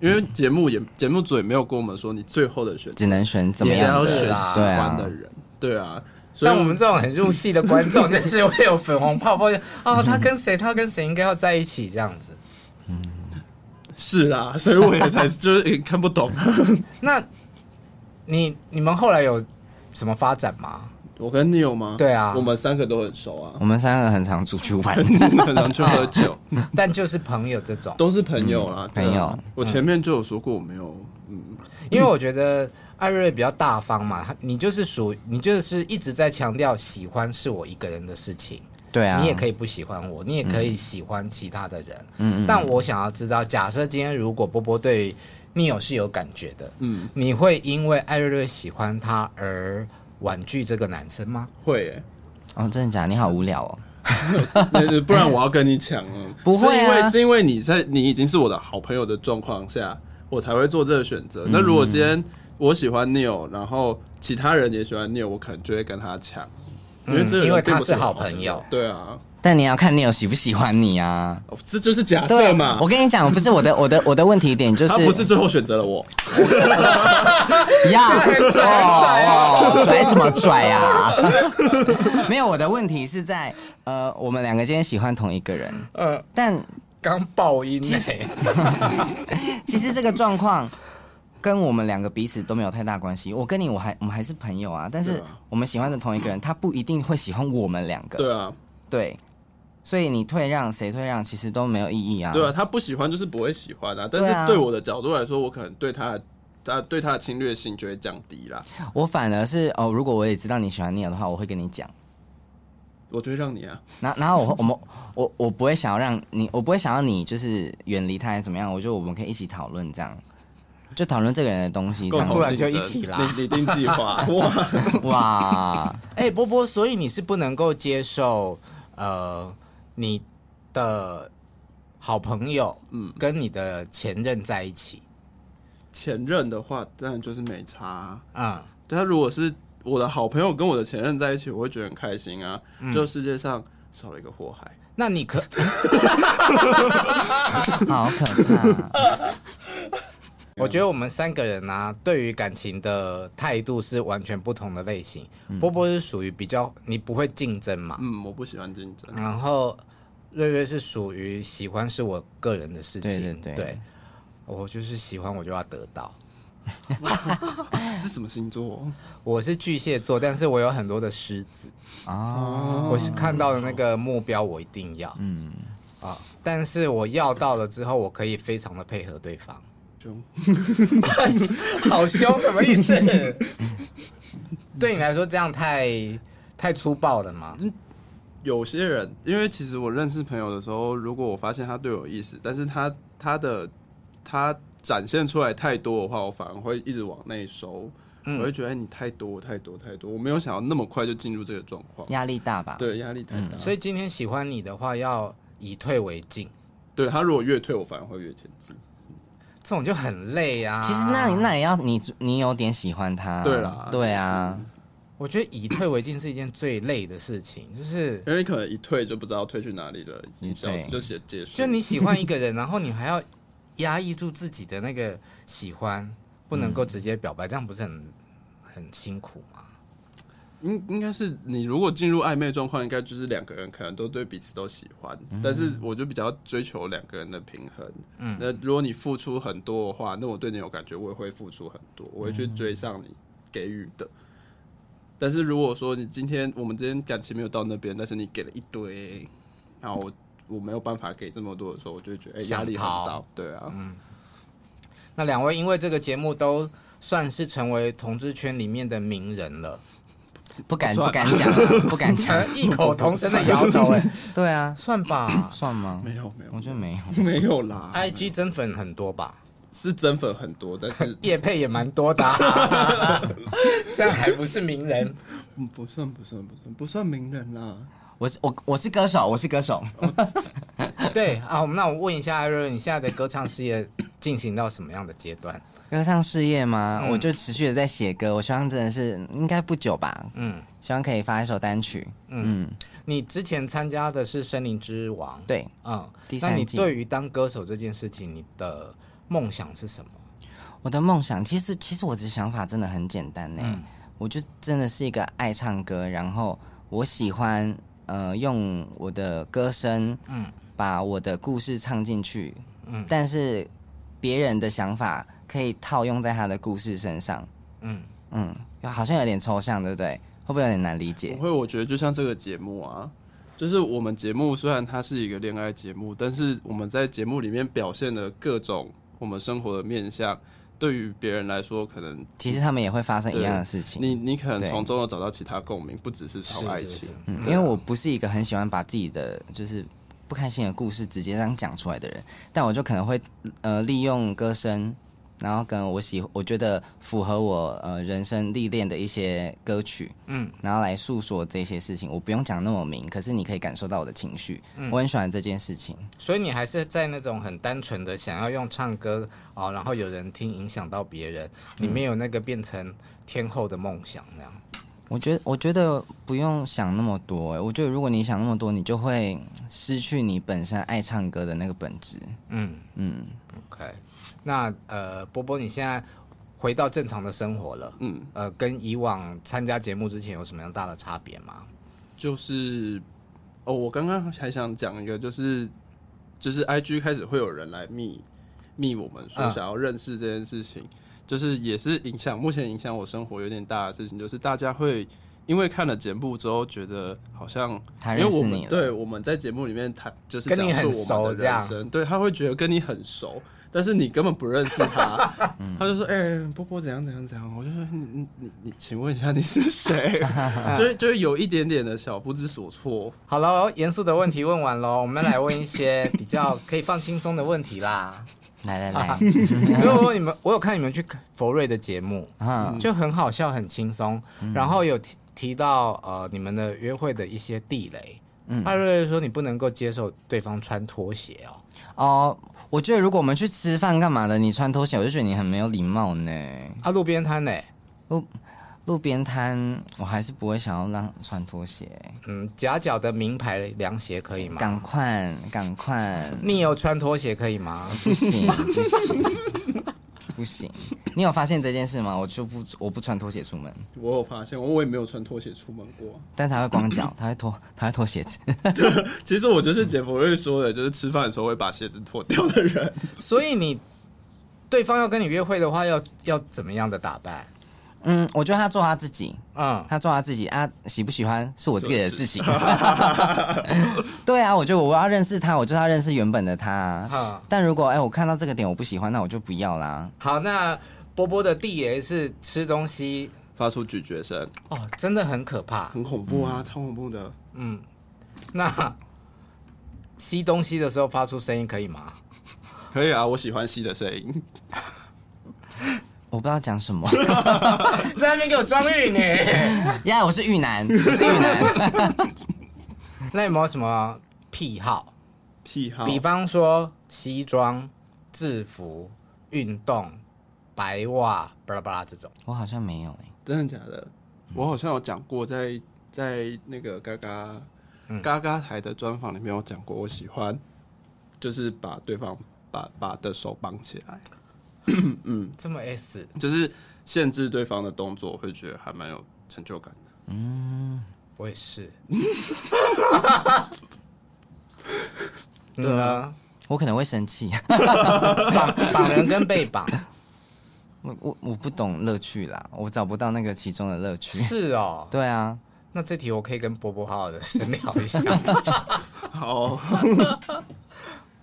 Speaker 6: 因为节目也节目组也没有跟我们说你最后的选择
Speaker 3: 只能选怎么
Speaker 6: 也是
Speaker 3: 样
Speaker 6: 要
Speaker 3: 的
Speaker 6: 选
Speaker 3: 人
Speaker 6: 喜
Speaker 3: 对
Speaker 6: 欢
Speaker 3: 啊
Speaker 6: 的，人，对啊，所以
Speaker 2: 但我们这种很入戏的观众，就是会有粉红泡泡，就哦，他跟谁，他跟谁应该要在一起这样子。
Speaker 6: 是啦，所以我也才 [LAUGHS] 就是也看不懂。
Speaker 2: 那你你们后来有什么发展吗？
Speaker 6: 我跟 Neil 吗？
Speaker 2: 对啊
Speaker 6: 我们三个都很熟啊， [LAUGHS]
Speaker 3: 我们三个很常出去玩，
Speaker 6: 很常去喝酒，
Speaker 2: 但就是朋友这种，
Speaker 6: 都是朋友啦，对啊
Speaker 3: 朋友。
Speaker 6: 我前面就有说过，我没有，嗯，
Speaker 2: 因为我觉得艾瑞比较大方嘛，他你就是属你就是一直在强调喜欢是我一个人的事情，
Speaker 3: 对啊，
Speaker 2: 你也可
Speaker 3: 以，
Speaker 2: 以不喜欢我，你也可以喜欢其他的人。
Speaker 3: 嗯
Speaker 2: 但我想要知道，假设今天如果波波对你有是有感觉的，
Speaker 6: 嗯
Speaker 2: 嗯，你会因为艾瑞瑞喜欢他而婉拒这个男生吗？
Speaker 6: 会耶，
Speaker 3: 哦，真的假的？你好无聊哦，
Speaker 6: [LAUGHS] 那不然我要跟你抢了。
Speaker 3: 不会
Speaker 6: 是因
Speaker 3: 啊
Speaker 6: 为是因为你在你已经是我的好朋友的状况下，我才会做这个选择。那如果今天我喜欢 Neil，然后其他人也喜欢 Neil，我可能就会跟他抢，因为
Speaker 2: 嗯
Speaker 6: 这个
Speaker 2: 因为
Speaker 6: 人并
Speaker 2: 他
Speaker 6: 不
Speaker 2: 是
Speaker 6: 是我
Speaker 2: 好
Speaker 6: 朋
Speaker 2: 朋友。
Speaker 6: 对啊，
Speaker 3: 但你要看你有喜不喜欢你啊。
Speaker 6: 哦这就是假
Speaker 3: 对啊
Speaker 6: 设嘛
Speaker 3: 我。跟你讲，不是我的，我的，我的问题点就是
Speaker 6: 他不是最后选择了我，
Speaker 3: 呀，
Speaker 6: [LAUGHS]
Speaker 2: 拽拽
Speaker 3: 哦，拽什么拽呀、 [LAUGHS] 没有，我的问题是在呃，我们两个今天喜欢同一个人，
Speaker 2: 呃，
Speaker 3: 但
Speaker 2: 刚爆音呢、
Speaker 3: 其实这个状况跟我们两个彼此都没有太大关系。我跟你，我还我们还是朋友啊，但
Speaker 6: 对
Speaker 3: 是
Speaker 6: 啊
Speaker 3: 我们喜欢的同一个人，他不一定会喜欢我们两个，
Speaker 6: 对啊，
Speaker 3: 对所以你退让谁退让，其实都没有意义啊。
Speaker 6: 对啊，他不喜欢就是不会喜欢啊。但
Speaker 3: 对
Speaker 6: 是
Speaker 3: 啊
Speaker 6: 对我的角度来说，我可能对他的他对他的侵略性就会降低啦。
Speaker 3: 我反而是哦，如果我也知道你喜欢你的话，我会跟你讲。
Speaker 6: 我就会让你啊，
Speaker 3: 然然后我我们我我不会想要让你，我不会想要你就是远离他还是怎么样，我觉得我们可以一起讨论这样，就讨论这个人的东西这
Speaker 6: 共
Speaker 3: 样
Speaker 6: 同
Speaker 2: 不然
Speaker 6: 竞争
Speaker 2: 就一起
Speaker 6: [LAUGHS]
Speaker 2: 啦
Speaker 6: 拟拟定计划哇，
Speaker 3: 哇，
Speaker 2: [LAUGHS] 哎、波波，所以你是不能够接受呃你的好朋友嗯
Speaker 6: 嗯
Speaker 2: 跟你的前任在一起
Speaker 6: 前任的话当然就是没差啊、
Speaker 2: 啊、
Speaker 6: 但他如果是我的好朋友跟我的前任在一起，我会觉得很开心啊。就世界上少了一个祸害，
Speaker 2: 那你可
Speaker 3: 好可怕！
Speaker 2: 我觉得我们三个人呢、对于感情的态度是完全不同的类型。
Speaker 3: 嗯
Speaker 2: 波波是属于比较你不会竞争嘛，
Speaker 6: 嗯，我不喜欢竞争。
Speaker 2: 然后瑞瑞是属于喜欢是我个人的事情，
Speaker 3: 对对对
Speaker 2: 我就是喜欢我就要得到。
Speaker 6: 这是什么星座？
Speaker 2: 我是巨蟹座，但是我有很多的狮子，
Speaker 3: 哦，
Speaker 6: [LAUGHS]
Speaker 2: 我是看到的那个目标我一定要，嗯啊，但是我要到了之后，我可以非常的配合对方，
Speaker 6: 就
Speaker 2: [LAUGHS] 好凶，什么意思？
Speaker 3: [LAUGHS]
Speaker 2: 对你来说这样太太粗暴了吗？
Speaker 3: 嗯
Speaker 6: 有些人，因为其实我认识朋友的时候，如果我发现他对我有意思，但是他他的他展现出来太多的话，我反而会一直往内收，我会觉得哎你太多太多太多，我没有想要那么快就进入这个状况，
Speaker 3: 压力大吧？
Speaker 6: 对，压力太大。
Speaker 2: 嗯所以今天喜欢你的话，要以退为进，
Speaker 6: 对他如果越退，我反而会越前进。
Speaker 2: 这种就很累啊。
Speaker 3: 其实那你那也要你你有点喜欢他，
Speaker 6: 对啦
Speaker 3: 对啊，
Speaker 2: 我觉得以退为进是一件最累的事情，
Speaker 3: [LAUGHS]
Speaker 2: 就是
Speaker 6: 因为可能一退就不知道退去哪里了，
Speaker 3: 嗯
Speaker 6: 一消失
Speaker 3: 对
Speaker 6: 就写结束。
Speaker 2: 就你喜欢一个人，然后你还要压抑住自己的那个喜欢，不能够直接表白，这样不是很很辛苦吗？
Speaker 6: 应应该是你如果进入暧昧状况，应该就是两个人可能都对彼此都喜欢，
Speaker 3: 嗯
Speaker 6: 但是我就比较追求两个人的平衡。嗯，那如果你付出很多的话，那我对你有感觉，我也会付出很多，
Speaker 3: 嗯
Speaker 6: 我会去追上你给予的。但是如果说你今天我们今天感情没有到那边，但是你给了一堆，然后我我没有办法给这么多的时候，我就会觉得哎
Speaker 2: 想
Speaker 3: 嗯
Speaker 6: 压、力很
Speaker 2: 逃
Speaker 6: 大。对啊，
Speaker 2: 那两位因为这个节目都算是成为同志圈里面的名人
Speaker 3: [LAUGHS]
Speaker 2: 了，
Speaker 3: 不敢
Speaker 6: 不
Speaker 3: 不
Speaker 6: 算
Speaker 3: 敢讲
Speaker 6: [LAUGHS]
Speaker 3: 啊，不敢讲
Speaker 2: 呃。异口同声的摇头、哎，
Speaker 3: 对啊，
Speaker 2: 算
Speaker 3: [COUGHS]
Speaker 2: 吧
Speaker 3: 算吗？
Speaker 6: 没有没有，
Speaker 3: 我觉得没有。
Speaker 6: [LAUGHS] 没有啦
Speaker 2: ，IG 真粉很多吧？
Speaker 6: 哎是真粉很多，但 [LAUGHS] 是
Speaker 2: 叶配也蛮多的、
Speaker 3: [LAUGHS]
Speaker 2: 啊，这样还不是名人？
Speaker 6: 嗯不算不算不算不算名人啦。
Speaker 3: 我是我我是歌手，我是歌
Speaker 6: [LAUGHS]
Speaker 3: 手。
Speaker 2: 对啊，那我问一下艾瑞，你现在的歌唱事业进行到什么样的阶段？
Speaker 3: 歌唱事业吗？
Speaker 2: 嗯
Speaker 3: 我就持续的在写歌，我希望真的是应该不久吧，
Speaker 2: 嗯，
Speaker 3: 希望可以发一首单曲。嗯，
Speaker 2: 你之前参加的是《森林之王》，，
Speaker 3: 对，
Speaker 2: 嗯，
Speaker 3: 第
Speaker 2: 那
Speaker 3: 三
Speaker 2: 你
Speaker 3: 季
Speaker 2: 对于当歌手这件事情，你的梦想是什么？
Speaker 3: 我的梦想其实其实我的想法真的很简单呢、我就真的是一个爱唱歌，然后我喜欢呃用我的歌声，嗯，把我的故事唱进去，嗯，但是别人的想法可以套用在他的故事身上，
Speaker 2: 嗯
Speaker 3: 嗯，好像有点抽象，对不对？会不会有点难理解
Speaker 6: 不？会，我觉得就像这个节目啊，就是我们节目虽然它是一个恋爱节目，但是我们在节目里面表现的各种我们生活的面向，对于别人来说，可能
Speaker 3: 其实他们也会发生一样的事情。
Speaker 6: 你你可能
Speaker 3: 对
Speaker 6: 从中有找到其他共鸣，不只是超爱
Speaker 2: 是是
Speaker 6: 情
Speaker 2: 是。
Speaker 3: 嗯，因为我不是一个很喜欢把自己的就是不开心的故事直接这样讲出来的人，但我就可能会呃利用歌声，然后跟我喜我觉得符合我呃人生历练的一些歌曲，
Speaker 2: 嗯
Speaker 3: 嗯，然后来诉说这些事情。我不用讲那么明，可是你可以感受到我的情绪，我很喜欢这件事情。
Speaker 2: 所以你还是在那种很单纯的想要用唱歌哦，然后有人听影响到别人，你没有那个变成天后的梦想那样。
Speaker 3: 我觉得我觉得不用想那么多、欸，我觉得如果你想那么多，你就会失去你本身爱唱歌的那个本质。
Speaker 2: 嗯
Speaker 3: 嗯，
Speaker 2: ，OK。那呃，波波，你现在回到正常的生活了，
Speaker 6: 嗯，
Speaker 2: 呃，跟以往参加节目之前有什么样大的差别吗？
Speaker 6: 就是哦，我刚刚还想讲一个，就是就是 I G 开始会有人来密密我们说
Speaker 2: 嗯
Speaker 6: 想要认识这件事情，就是也是影响目前影响我生活有点大的事情，就是大家会因为看了节目之后，觉得好像
Speaker 3: 他
Speaker 6: 因为
Speaker 3: 认
Speaker 6: 我
Speaker 3: 识
Speaker 6: 们
Speaker 3: 你了，
Speaker 6: 对我们在节目里面谈就是
Speaker 2: 跟
Speaker 6: 讲
Speaker 2: 你很
Speaker 6: 述我
Speaker 2: 熟
Speaker 6: 们
Speaker 2: 这
Speaker 6: 的人
Speaker 2: 样
Speaker 6: 生，对他会觉得跟你很熟，但是你根本不认识他，
Speaker 2: [LAUGHS] 嗯
Speaker 6: 他就说：“哎、波波怎样怎样怎样。”我就说：“你你你你，请问一下你是
Speaker 2: [LAUGHS]
Speaker 6: 谁？”就会就会有一点点的小不知所措。
Speaker 2: 好喽，严肃的问题问完喽，我们来问一些比较可以放轻松的问题啦。
Speaker 3: 来来 [LAUGHS] 来，
Speaker 2: 因为我你们，我有看你们去佛瑞的节目，
Speaker 3: 嗯，
Speaker 2: 就很好笑，很轻松。然后有提提到呃你们的约会的一些地雷。艾瑞说你不能够接受对方穿拖鞋哦，
Speaker 3: 哦，我觉得如果我们去吃饭干嘛的，你穿拖鞋，我就觉得你很没有礼貌呢。
Speaker 2: 啊路边摊呢？
Speaker 3: 路边摊，我还是不会想要让穿拖鞋。
Speaker 2: 嗯，夹脚的名牌凉鞋可以吗？
Speaker 3: 赶快，赶快，
Speaker 2: 你有穿拖鞋可以吗？ [LAUGHS]
Speaker 3: 不行，不行，不行！你有发现这件事吗？我就不，我不穿拖鞋出门，
Speaker 6: 我有发现，我也没有穿拖鞋出门过。 [LAUGHS]
Speaker 3: 但他会光脚，他会脱，他会脱鞋子。
Speaker 6: 其实我就是杰弗瑞说的，就是吃饭的时候会把鞋子脱掉的人。 [LAUGHS]
Speaker 2: 所以你对方要跟你约会的话，要要怎么样的打扮？
Speaker 3: 嗯，我觉得他做他自己，
Speaker 2: 嗯，
Speaker 3: 他做他自己啊，喜不喜欢是我自己的事情。 [LAUGHS] 对啊，我觉得我要认识他，我就是要认识原本的他啊。
Speaker 2: 好，
Speaker 3: 但如果哎、我看到这个点我不喜欢，那我就不要啦。
Speaker 2: 好，那波波的地雷是吃东西
Speaker 6: 发出咀嚼声，
Speaker 2: 哦，真的很可怕。
Speaker 6: 很恐怖啊，超恐怖的。
Speaker 2: 嗯，那吸东西的时候发出声音可以吗？
Speaker 6: 可以啊，我喜欢吸的声音。 [LAUGHS]
Speaker 3: 我不知道讲什么
Speaker 2: 在那边给我装玉你。
Speaker 3: 呀我是玉男，我是玉男。
Speaker 2: [LAUGHS] 那有没有什么癖好？
Speaker 6: 癖好，
Speaker 2: 比方说西装、制服、运动、白袜，巴拉巴拉这种。
Speaker 3: [LAUGHS] 我好像没有哎、
Speaker 6: 真的假的？我好像有讲过在，在那个嘎嘎、
Speaker 2: 嗯
Speaker 6: 嘎嘎台的专访里面有讲过，我喜欢就是把对方把把的手绑起来，
Speaker 2: 这么 S，
Speaker 6: 就是限制对方的动作，我会觉得还蛮有成就感的。
Speaker 2: 我也
Speaker 3: [LAUGHS]
Speaker 2: 是。你呢？
Speaker 3: 我可能会生气。 [LAUGHS]
Speaker 2: 绑嗯绑人跟被绑
Speaker 3: 我我我不懂乐趣啦，我找不到那个其中的乐
Speaker 2: [LAUGHS]
Speaker 3: 趣。
Speaker 2: 是哦。
Speaker 3: 对啊，
Speaker 2: 那这题我可以跟波波好好的深聊一
Speaker 3: [LAUGHS]
Speaker 2: 下。
Speaker 6: 好，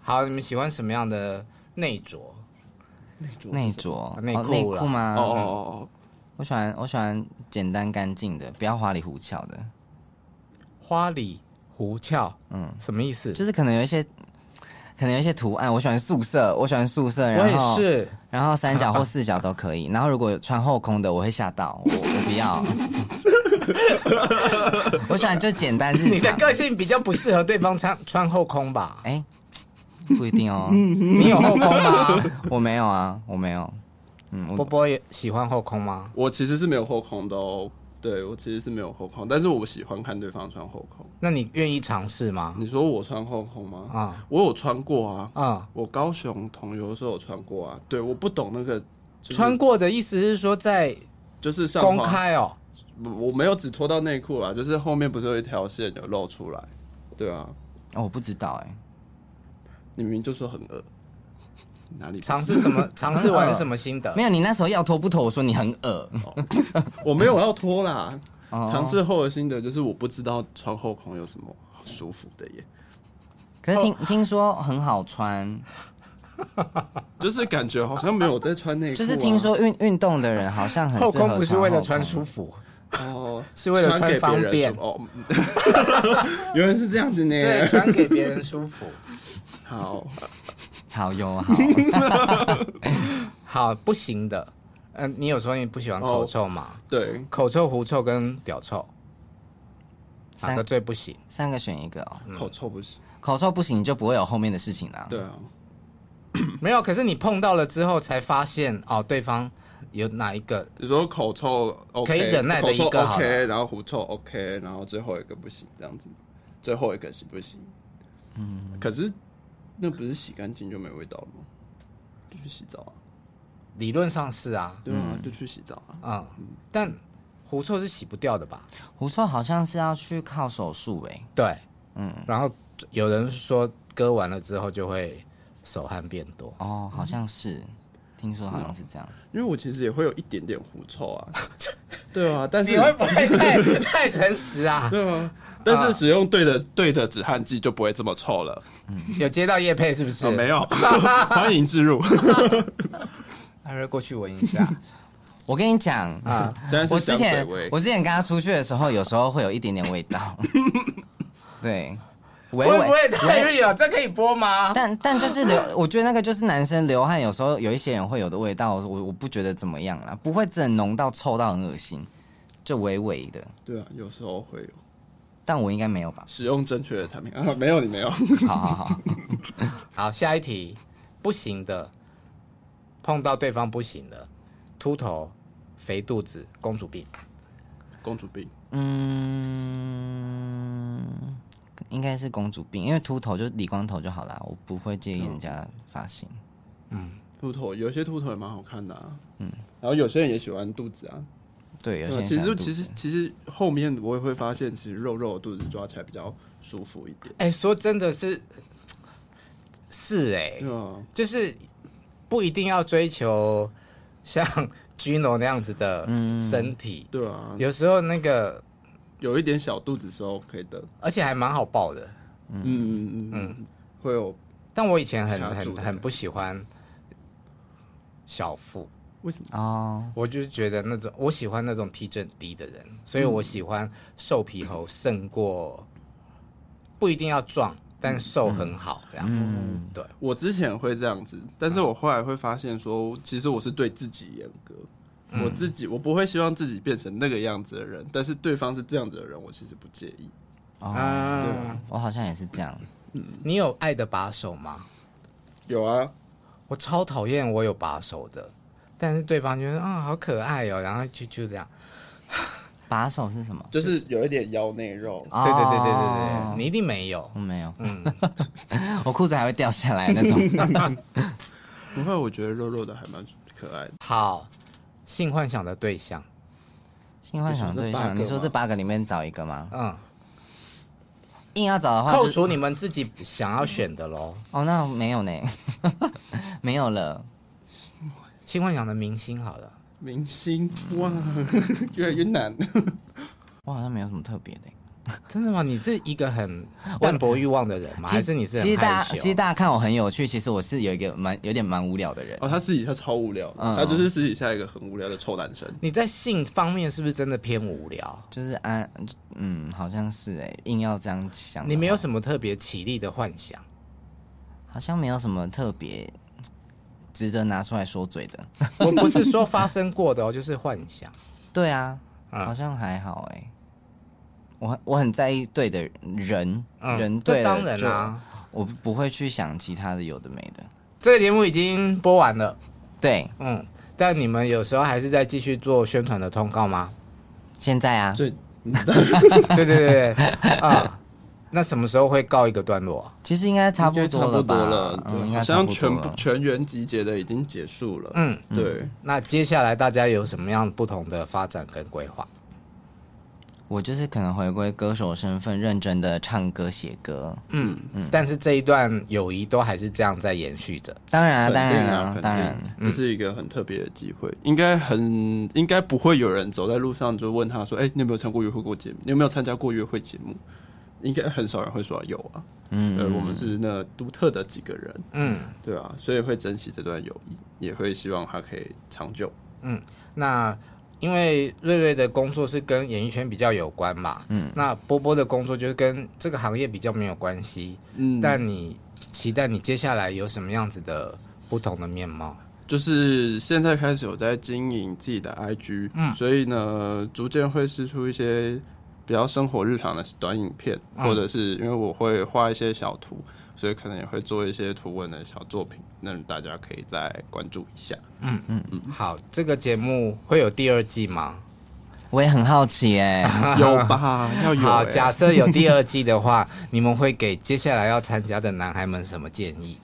Speaker 2: 好，你们喜欢什么样的内着？
Speaker 3: 内着
Speaker 2: 啊内
Speaker 3: 哦
Speaker 2: 裤
Speaker 3: 内
Speaker 2: 啦
Speaker 3: 裤吗？
Speaker 6: 哦哦哦
Speaker 3: 我喜欢我喜欢简单干净的，不要花里胡俏的。
Speaker 2: 花里胡俏，
Speaker 3: 嗯
Speaker 2: 嗯，什么意思？
Speaker 3: 就是可能有一些，可能有一些图案，我喜欢素色，我喜欢素色，
Speaker 2: 我
Speaker 3: 然后
Speaker 2: 也是，
Speaker 3: 然后三角或四角都可以。然后如果有穿后空的，我会吓到，我我
Speaker 2: [LAUGHS]
Speaker 3: 不要。我喜欢就简单日
Speaker 2: 你的
Speaker 3: 常。
Speaker 2: 个性比较不适合对方穿穿后空吧？
Speaker 3: 哎、不一定哦。你有后空吗？我没有啊，我没有。嗯，
Speaker 2: 波
Speaker 3: 我
Speaker 2: 波也喜欢后空吗？
Speaker 6: 我其实是没有后空的哦。对我其实是没有后空，但是我喜欢看对方穿后空。
Speaker 2: 那你愿意尝试吗？
Speaker 6: 你说我穿后空吗？
Speaker 2: 啊
Speaker 6: 我有穿过啊。
Speaker 2: 啊、
Speaker 6: 我高雄同游的时候有穿过啊。对，我不懂那个、就是
Speaker 2: 穿过的意思是说在
Speaker 6: 就是上
Speaker 2: 公
Speaker 6: 滑，
Speaker 2: 开哦，
Speaker 6: 我我没有只脱到内裤啦，就是后面不是有一条线有露出来。对啊，
Speaker 3: 哦我不知道哎、
Speaker 6: 你明明就说很饿， [LAUGHS] 哪里不
Speaker 2: 尝试什
Speaker 3: [LAUGHS]
Speaker 2: 么？尝试玩什么心得
Speaker 3: 没？有，你那时候要脱不脱？我说你很恶。
Speaker 6: 我没有要脱啦。
Speaker 3: 哦
Speaker 6: 尝试后的心得就是我不知道穿后空有什么舒服的耶，
Speaker 3: 可是听
Speaker 2: 哦
Speaker 3: 听说很好穿，
Speaker 6: 就是感觉好像没有在穿内裤啊、
Speaker 3: 就是听说运运动的人好像很
Speaker 2: 后
Speaker 3: 适合
Speaker 2: 空不是
Speaker 3: 穿
Speaker 2: 为了
Speaker 3: 后
Speaker 2: 穿
Speaker 3: 空
Speaker 2: 舒服，
Speaker 6: 哦，
Speaker 2: [LAUGHS] 是为了
Speaker 6: 穿给
Speaker 2: 穿方
Speaker 6: 别
Speaker 2: 便
Speaker 6: 人是哦。嗯 [LAUGHS] 原来是这样子呢。
Speaker 2: 对，穿给别人舒服。
Speaker 6: 好，
Speaker 3: 好有好，
Speaker 2: [LAUGHS] 好，不行的。嗯、你有说你不喜欢口臭吗？
Speaker 6: 对，
Speaker 2: 口臭、狐臭跟屌臭哪
Speaker 3: 三
Speaker 2: 个最不行？
Speaker 3: 三个选一个哦。
Speaker 2: 嗯
Speaker 6: 口臭不行。
Speaker 3: 口臭不行，就不会有后面的事情啦。
Speaker 6: 对，啊，
Speaker 2: 没有，可是你碰到了之后才发现哦，对方有哪一个
Speaker 6: 你说口臭 OK，
Speaker 2: 可以忍耐的一个
Speaker 6: 口臭
Speaker 2: 好
Speaker 6: OK，
Speaker 2: 了
Speaker 6: 然后狐臭 OK，然后最后一个不行，这样子，最后一个行不行？嗯，可是那不是洗干净就没味道了吗？就去洗澡啊，
Speaker 2: 理论上是啊，
Speaker 6: 对啊，就去洗澡啊。
Speaker 2: 嗯，但狐臭是洗不掉的吧？
Speaker 3: 狐臭好像是要去靠手术哎、
Speaker 2: 对，嗯。然后有人说割完了之后就会手汗变多，
Speaker 3: 哦，好像是，听说好像是这样。
Speaker 6: 因为我其实也会有一点点狐臭啊，
Speaker 2: [LAUGHS]
Speaker 6: 对啊，但是
Speaker 2: 你会不会太 [LAUGHS] 太诚实 [LAUGHS] 啊？
Speaker 6: 对啊，但是使用对的对的止汗剂就不会这么臭了。
Speaker 2: 有接到叶配是不是？
Speaker 6: 哦，没
Speaker 2: [LAUGHS]
Speaker 6: 有，欢迎置入。 [LAUGHS]
Speaker 2: 还是过去闻一 [LAUGHS] 下
Speaker 3: 我跟你讲
Speaker 2: 啊。
Speaker 6: 现在
Speaker 3: 我
Speaker 6: 是
Speaker 3: 之
Speaker 6: 香水
Speaker 3: 前
Speaker 6: 味
Speaker 3: 我，之前跟他出去的时候，有时候会有一点点味
Speaker 6: [LAUGHS]
Speaker 3: 道。对，微
Speaker 2: 会
Speaker 3: 微
Speaker 2: 不会太
Speaker 3: 微
Speaker 2: real？这可以播吗？
Speaker 3: 但但就是流，我觉得那个就是男生流汗，有时候有一些人会有的味道，我我不觉得怎么样啦，不会真的浓到臭到很恶心，就微微的，
Speaker 6: 对啊，有时候会有？
Speaker 3: 但我应该没有吧
Speaker 6: 使用正确的产品啊，没有你没
Speaker 2: [LAUGHS]
Speaker 6: 有，
Speaker 3: 好好好，
Speaker 2: 好，下一题，不行的，碰到对方不行的，秃头、肥肚子、公主病，
Speaker 6: 公主病
Speaker 3: 嗯，应该是公主病，因为秃头就理光头就好啦，我不会介意人家发型。
Speaker 6: 秃头，有些秃头也蛮好看的啊，嗯，然后有些人也喜欢肚子啊，
Speaker 3: 对，有
Speaker 6: 对
Speaker 3: 些
Speaker 6: 啊
Speaker 3: 人
Speaker 6: 其
Speaker 3: 喜欢肚
Speaker 6: 实其实
Speaker 3: 子
Speaker 6: 其实后面我也会发现，其实肉肉的肚子抓起来比较舒服一点，
Speaker 2: 哎、说真的是，是哎、
Speaker 6: 对啊，
Speaker 2: 就是不一定要追求像 Gino 那样子的身体，
Speaker 6: 对啊，
Speaker 2: 有时候那个，
Speaker 6: 有一点小肚子是 OK 的，
Speaker 2: 而且还蛮好抱的。
Speaker 6: 嗯嗯嗯嗯，会有
Speaker 2: 但我以前很
Speaker 6: 掐住
Speaker 2: 很
Speaker 6: 的
Speaker 2: 很不喜欢小腹，
Speaker 6: 为什么？
Speaker 3: 哦，
Speaker 2: 我就是觉得那种我喜欢那种体脂低的人，所以我喜欢瘦皮猴胜过不一定要壮，但瘦很好这样。嗯，对，
Speaker 6: 我之前会这样子，但是我后来会发现说，其实我是对自己严格。我自己，我不会希望自己变成那个样子的人，但是对方是这样子的人，我其实不介意。
Speaker 3: 哦，
Speaker 2: 啊，
Speaker 3: 我好像也是这样，
Speaker 2: 你有爱的把手吗？
Speaker 6: 有啊，
Speaker 2: 我超讨厌我有把手的，但是对方觉得啊、好可爱哦，然后就就这样。
Speaker 3: 把手是什么？
Speaker 6: 就是有一点腰内肉，
Speaker 2: 对对对对对
Speaker 3: 哦
Speaker 2: 对，你一定没有。
Speaker 3: 我没有，
Speaker 2: 嗯，
Speaker 3: [LAUGHS] 我裤子还会掉下来
Speaker 2: [LAUGHS]
Speaker 3: 那种。
Speaker 6: 不会，我觉得肉肉的还蛮可爱的。
Speaker 2: 好，性幻想的对象，
Speaker 3: 性幻想对象，
Speaker 6: 你说这八个吗
Speaker 3: 你说这八个里面找一个吗？
Speaker 2: 嗯，
Speaker 3: 硬要找的话
Speaker 2: 扣
Speaker 3: 就，
Speaker 2: 除你们自己想要选的喽。
Speaker 3: 哦，那没有呢， [LAUGHS] 没有了。
Speaker 2: 性幻想的明星好了，
Speaker 3: 嗯
Speaker 6: [LAUGHS] 明星哇，越来越难。 [LAUGHS]
Speaker 3: 我好像没有什么特别的。
Speaker 2: 真的吗？你是一个很淡薄欲望的人吗？还是你是很
Speaker 3: 其实
Speaker 2: 害
Speaker 3: 大家其实
Speaker 2: 羞？
Speaker 3: 大家看我很有趣，其实我是有一个蛮有点蛮无聊的人。
Speaker 6: 哦，他私底下超无聊，
Speaker 3: 嗯
Speaker 6: 他就是私底下一个很无聊的臭男生。
Speaker 2: 你在性方面是不是真的偏无聊？
Speaker 3: 就是安，嗯，好像是哎、硬要这样想的话。
Speaker 2: 你没有什么特别起立的幻
Speaker 3: [LAUGHS]
Speaker 2: 想？
Speaker 3: 好像没有什么特别值得拿出来说嘴的。
Speaker 2: 我不是说发生过的哦，就是幻想。
Speaker 3: 对啊，
Speaker 2: 嗯
Speaker 3: 好像还好哎、我很我很在意对的人，
Speaker 2: 嗯
Speaker 3: 人
Speaker 2: 这
Speaker 3: 对了
Speaker 2: 当然
Speaker 3: 就
Speaker 2: 啦，
Speaker 3: 我不不会去想其他的有的没的。
Speaker 2: 这个节目已经播完了，
Speaker 3: 对，
Speaker 2: 嗯，但你们有时候还是在继续做宣传的通告
Speaker 3: [LAUGHS]
Speaker 2: 吗？
Speaker 3: 现在啊， [LAUGHS]
Speaker 6: 所以
Speaker 2: 对对对对，啊，那什么时候会告一个段落啊？
Speaker 3: 其实应该差不
Speaker 6: 就
Speaker 3: 多
Speaker 6: 差不
Speaker 3: 吧，
Speaker 6: 多了，
Speaker 3: 嗯，
Speaker 6: 对
Speaker 3: 应
Speaker 6: 好
Speaker 3: 该差不
Speaker 6: 像
Speaker 3: 多
Speaker 6: 全部
Speaker 3: 了。
Speaker 6: 全员集结的已经结束了。
Speaker 2: 嗯，
Speaker 6: 对，
Speaker 2: 那接下来大家有什么样不同的发展跟规划？
Speaker 3: 我就是可能回归歌手身份，认真的唱歌写歌。
Speaker 6: 嗯，
Speaker 2: 但是这一段友谊都还是这样在延续着。
Speaker 3: 当然啊，
Speaker 6: 肯
Speaker 3: 当然
Speaker 6: 定呃
Speaker 3: 啊，
Speaker 6: 肯
Speaker 3: 当然。
Speaker 6: 定，这是一个很特别的机会，应该很应该不会有人走在路上就问他说：“哎，你有没有参加过约会过节目？你有没有参加过约会节目？”应该很少人会说有啊。
Speaker 3: 嗯，
Speaker 6: 呃，我们是那独特的几个人，
Speaker 2: 嗯，
Speaker 6: 对啊，所以会珍惜这段友谊，也会希望它可以长久。
Speaker 2: 那因为瑞瑞的工作是跟演艺圈比较有关嘛，嗯，那波波的工作就是跟这个行业比较没有关系。
Speaker 6: 嗯
Speaker 2: 但你期待你接下来有什么样子的不同的面貌？
Speaker 6: 就是现在开始有在经营自己的 IG，嗯，所以呢，逐渐会试出一些比较生活日常的短影片，
Speaker 3: 嗯
Speaker 6: 或者是因为我会画一些小图，所以可能也会做一些图文的小作品，那大家可以再关注一
Speaker 3: [LAUGHS]
Speaker 6: 下。嗯
Speaker 2: 好，这个节目会有第二季吗？
Speaker 3: 我也很好奇哎、
Speaker 6: [LAUGHS] 有吧？要有、
Speaker 2: 好，
Speaker 6: 欸，
Speaker 2: 假设有第二季的
Speaker 6: [LAUGHS]
Speaker 2: 话，你们会给接下来要参加的男孩们什么建议？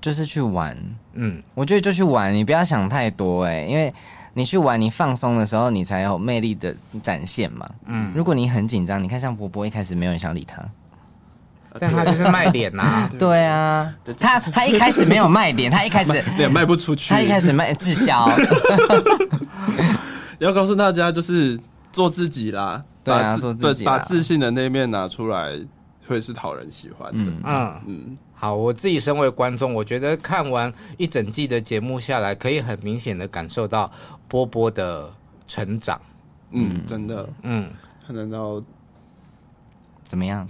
Speaker 3: 就是去玩。
Speaker 2: 嗯，
Speaker 3: 我觉得就去玩，你不要想太多哎、因为你去玩，你放松的时候，你才有魅力的展现嘛。嗯，如果你很紧张，你看像波波一开始没有人想理他。
Speaker 6: 呃
Speaker 2: 但他就是卖脸呐、
Speaker 6: [LAUGHS]
Speaker 3: 对啊，他他一开始没有卖点，他一开始
Speaker 6: 也卖不出去。
Speaker 3: 他一开始卖呃滞销，
Speaker 6: 要告诉大家，就是做自己啦，
Speaker 3: 对啊
Speaker 6: 把自
Speaker 3: 做自己啦
Speaker 6: 把把自信的那一面拿出来，会是讨人喜欢的。
Speaker 2: 嗯
Speaker 6: 嗯
Speaker 2: 好，我自己身为观众，我觉得看完一整季的节目下来，可以很明显的感受到波波的成长。
Speaker 6: 嗯，真的，
Speaker 2: 嗯，
Speaker 6: 看得到
Speaker 3: 怎么样？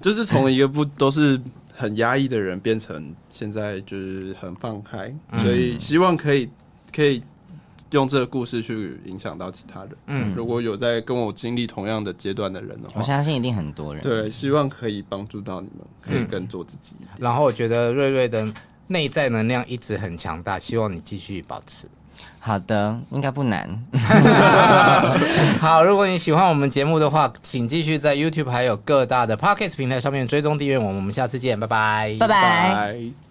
Speaker 6: 就是从一个不都是很压抑的人，变成现在就是很放开，
Speaker 3: 嗯
Speaker 6: 所以希望可以可以用这个故事去影响到其他人。嗯，如果有在跟我经历同样的阶段的人的
Speaker 3: 我
Speaker 6: 话，
Speaker 3: 相信一定很多人。
Speaker 6: 对，希望可以帮助到你们，可
Speaker 3: 嗯
Speaker 6: 以更做自己。
Speaker 2: 然后我觉得瑞瑞的内在能量一直很强大，希望你继续保
Speaker 6: [LAUGHS]
Speaker 2: 持。
Speaker 3: 好的，应该不难。
Speaker 2: 好，如果你喜欢我们节目的话，请继续在 YouTube 还有各大的 Podcast 平台上面追踪订阅我们。我们下次见，拜拜，
Speaker 3: 拜拜。
Speaker 6: 拜。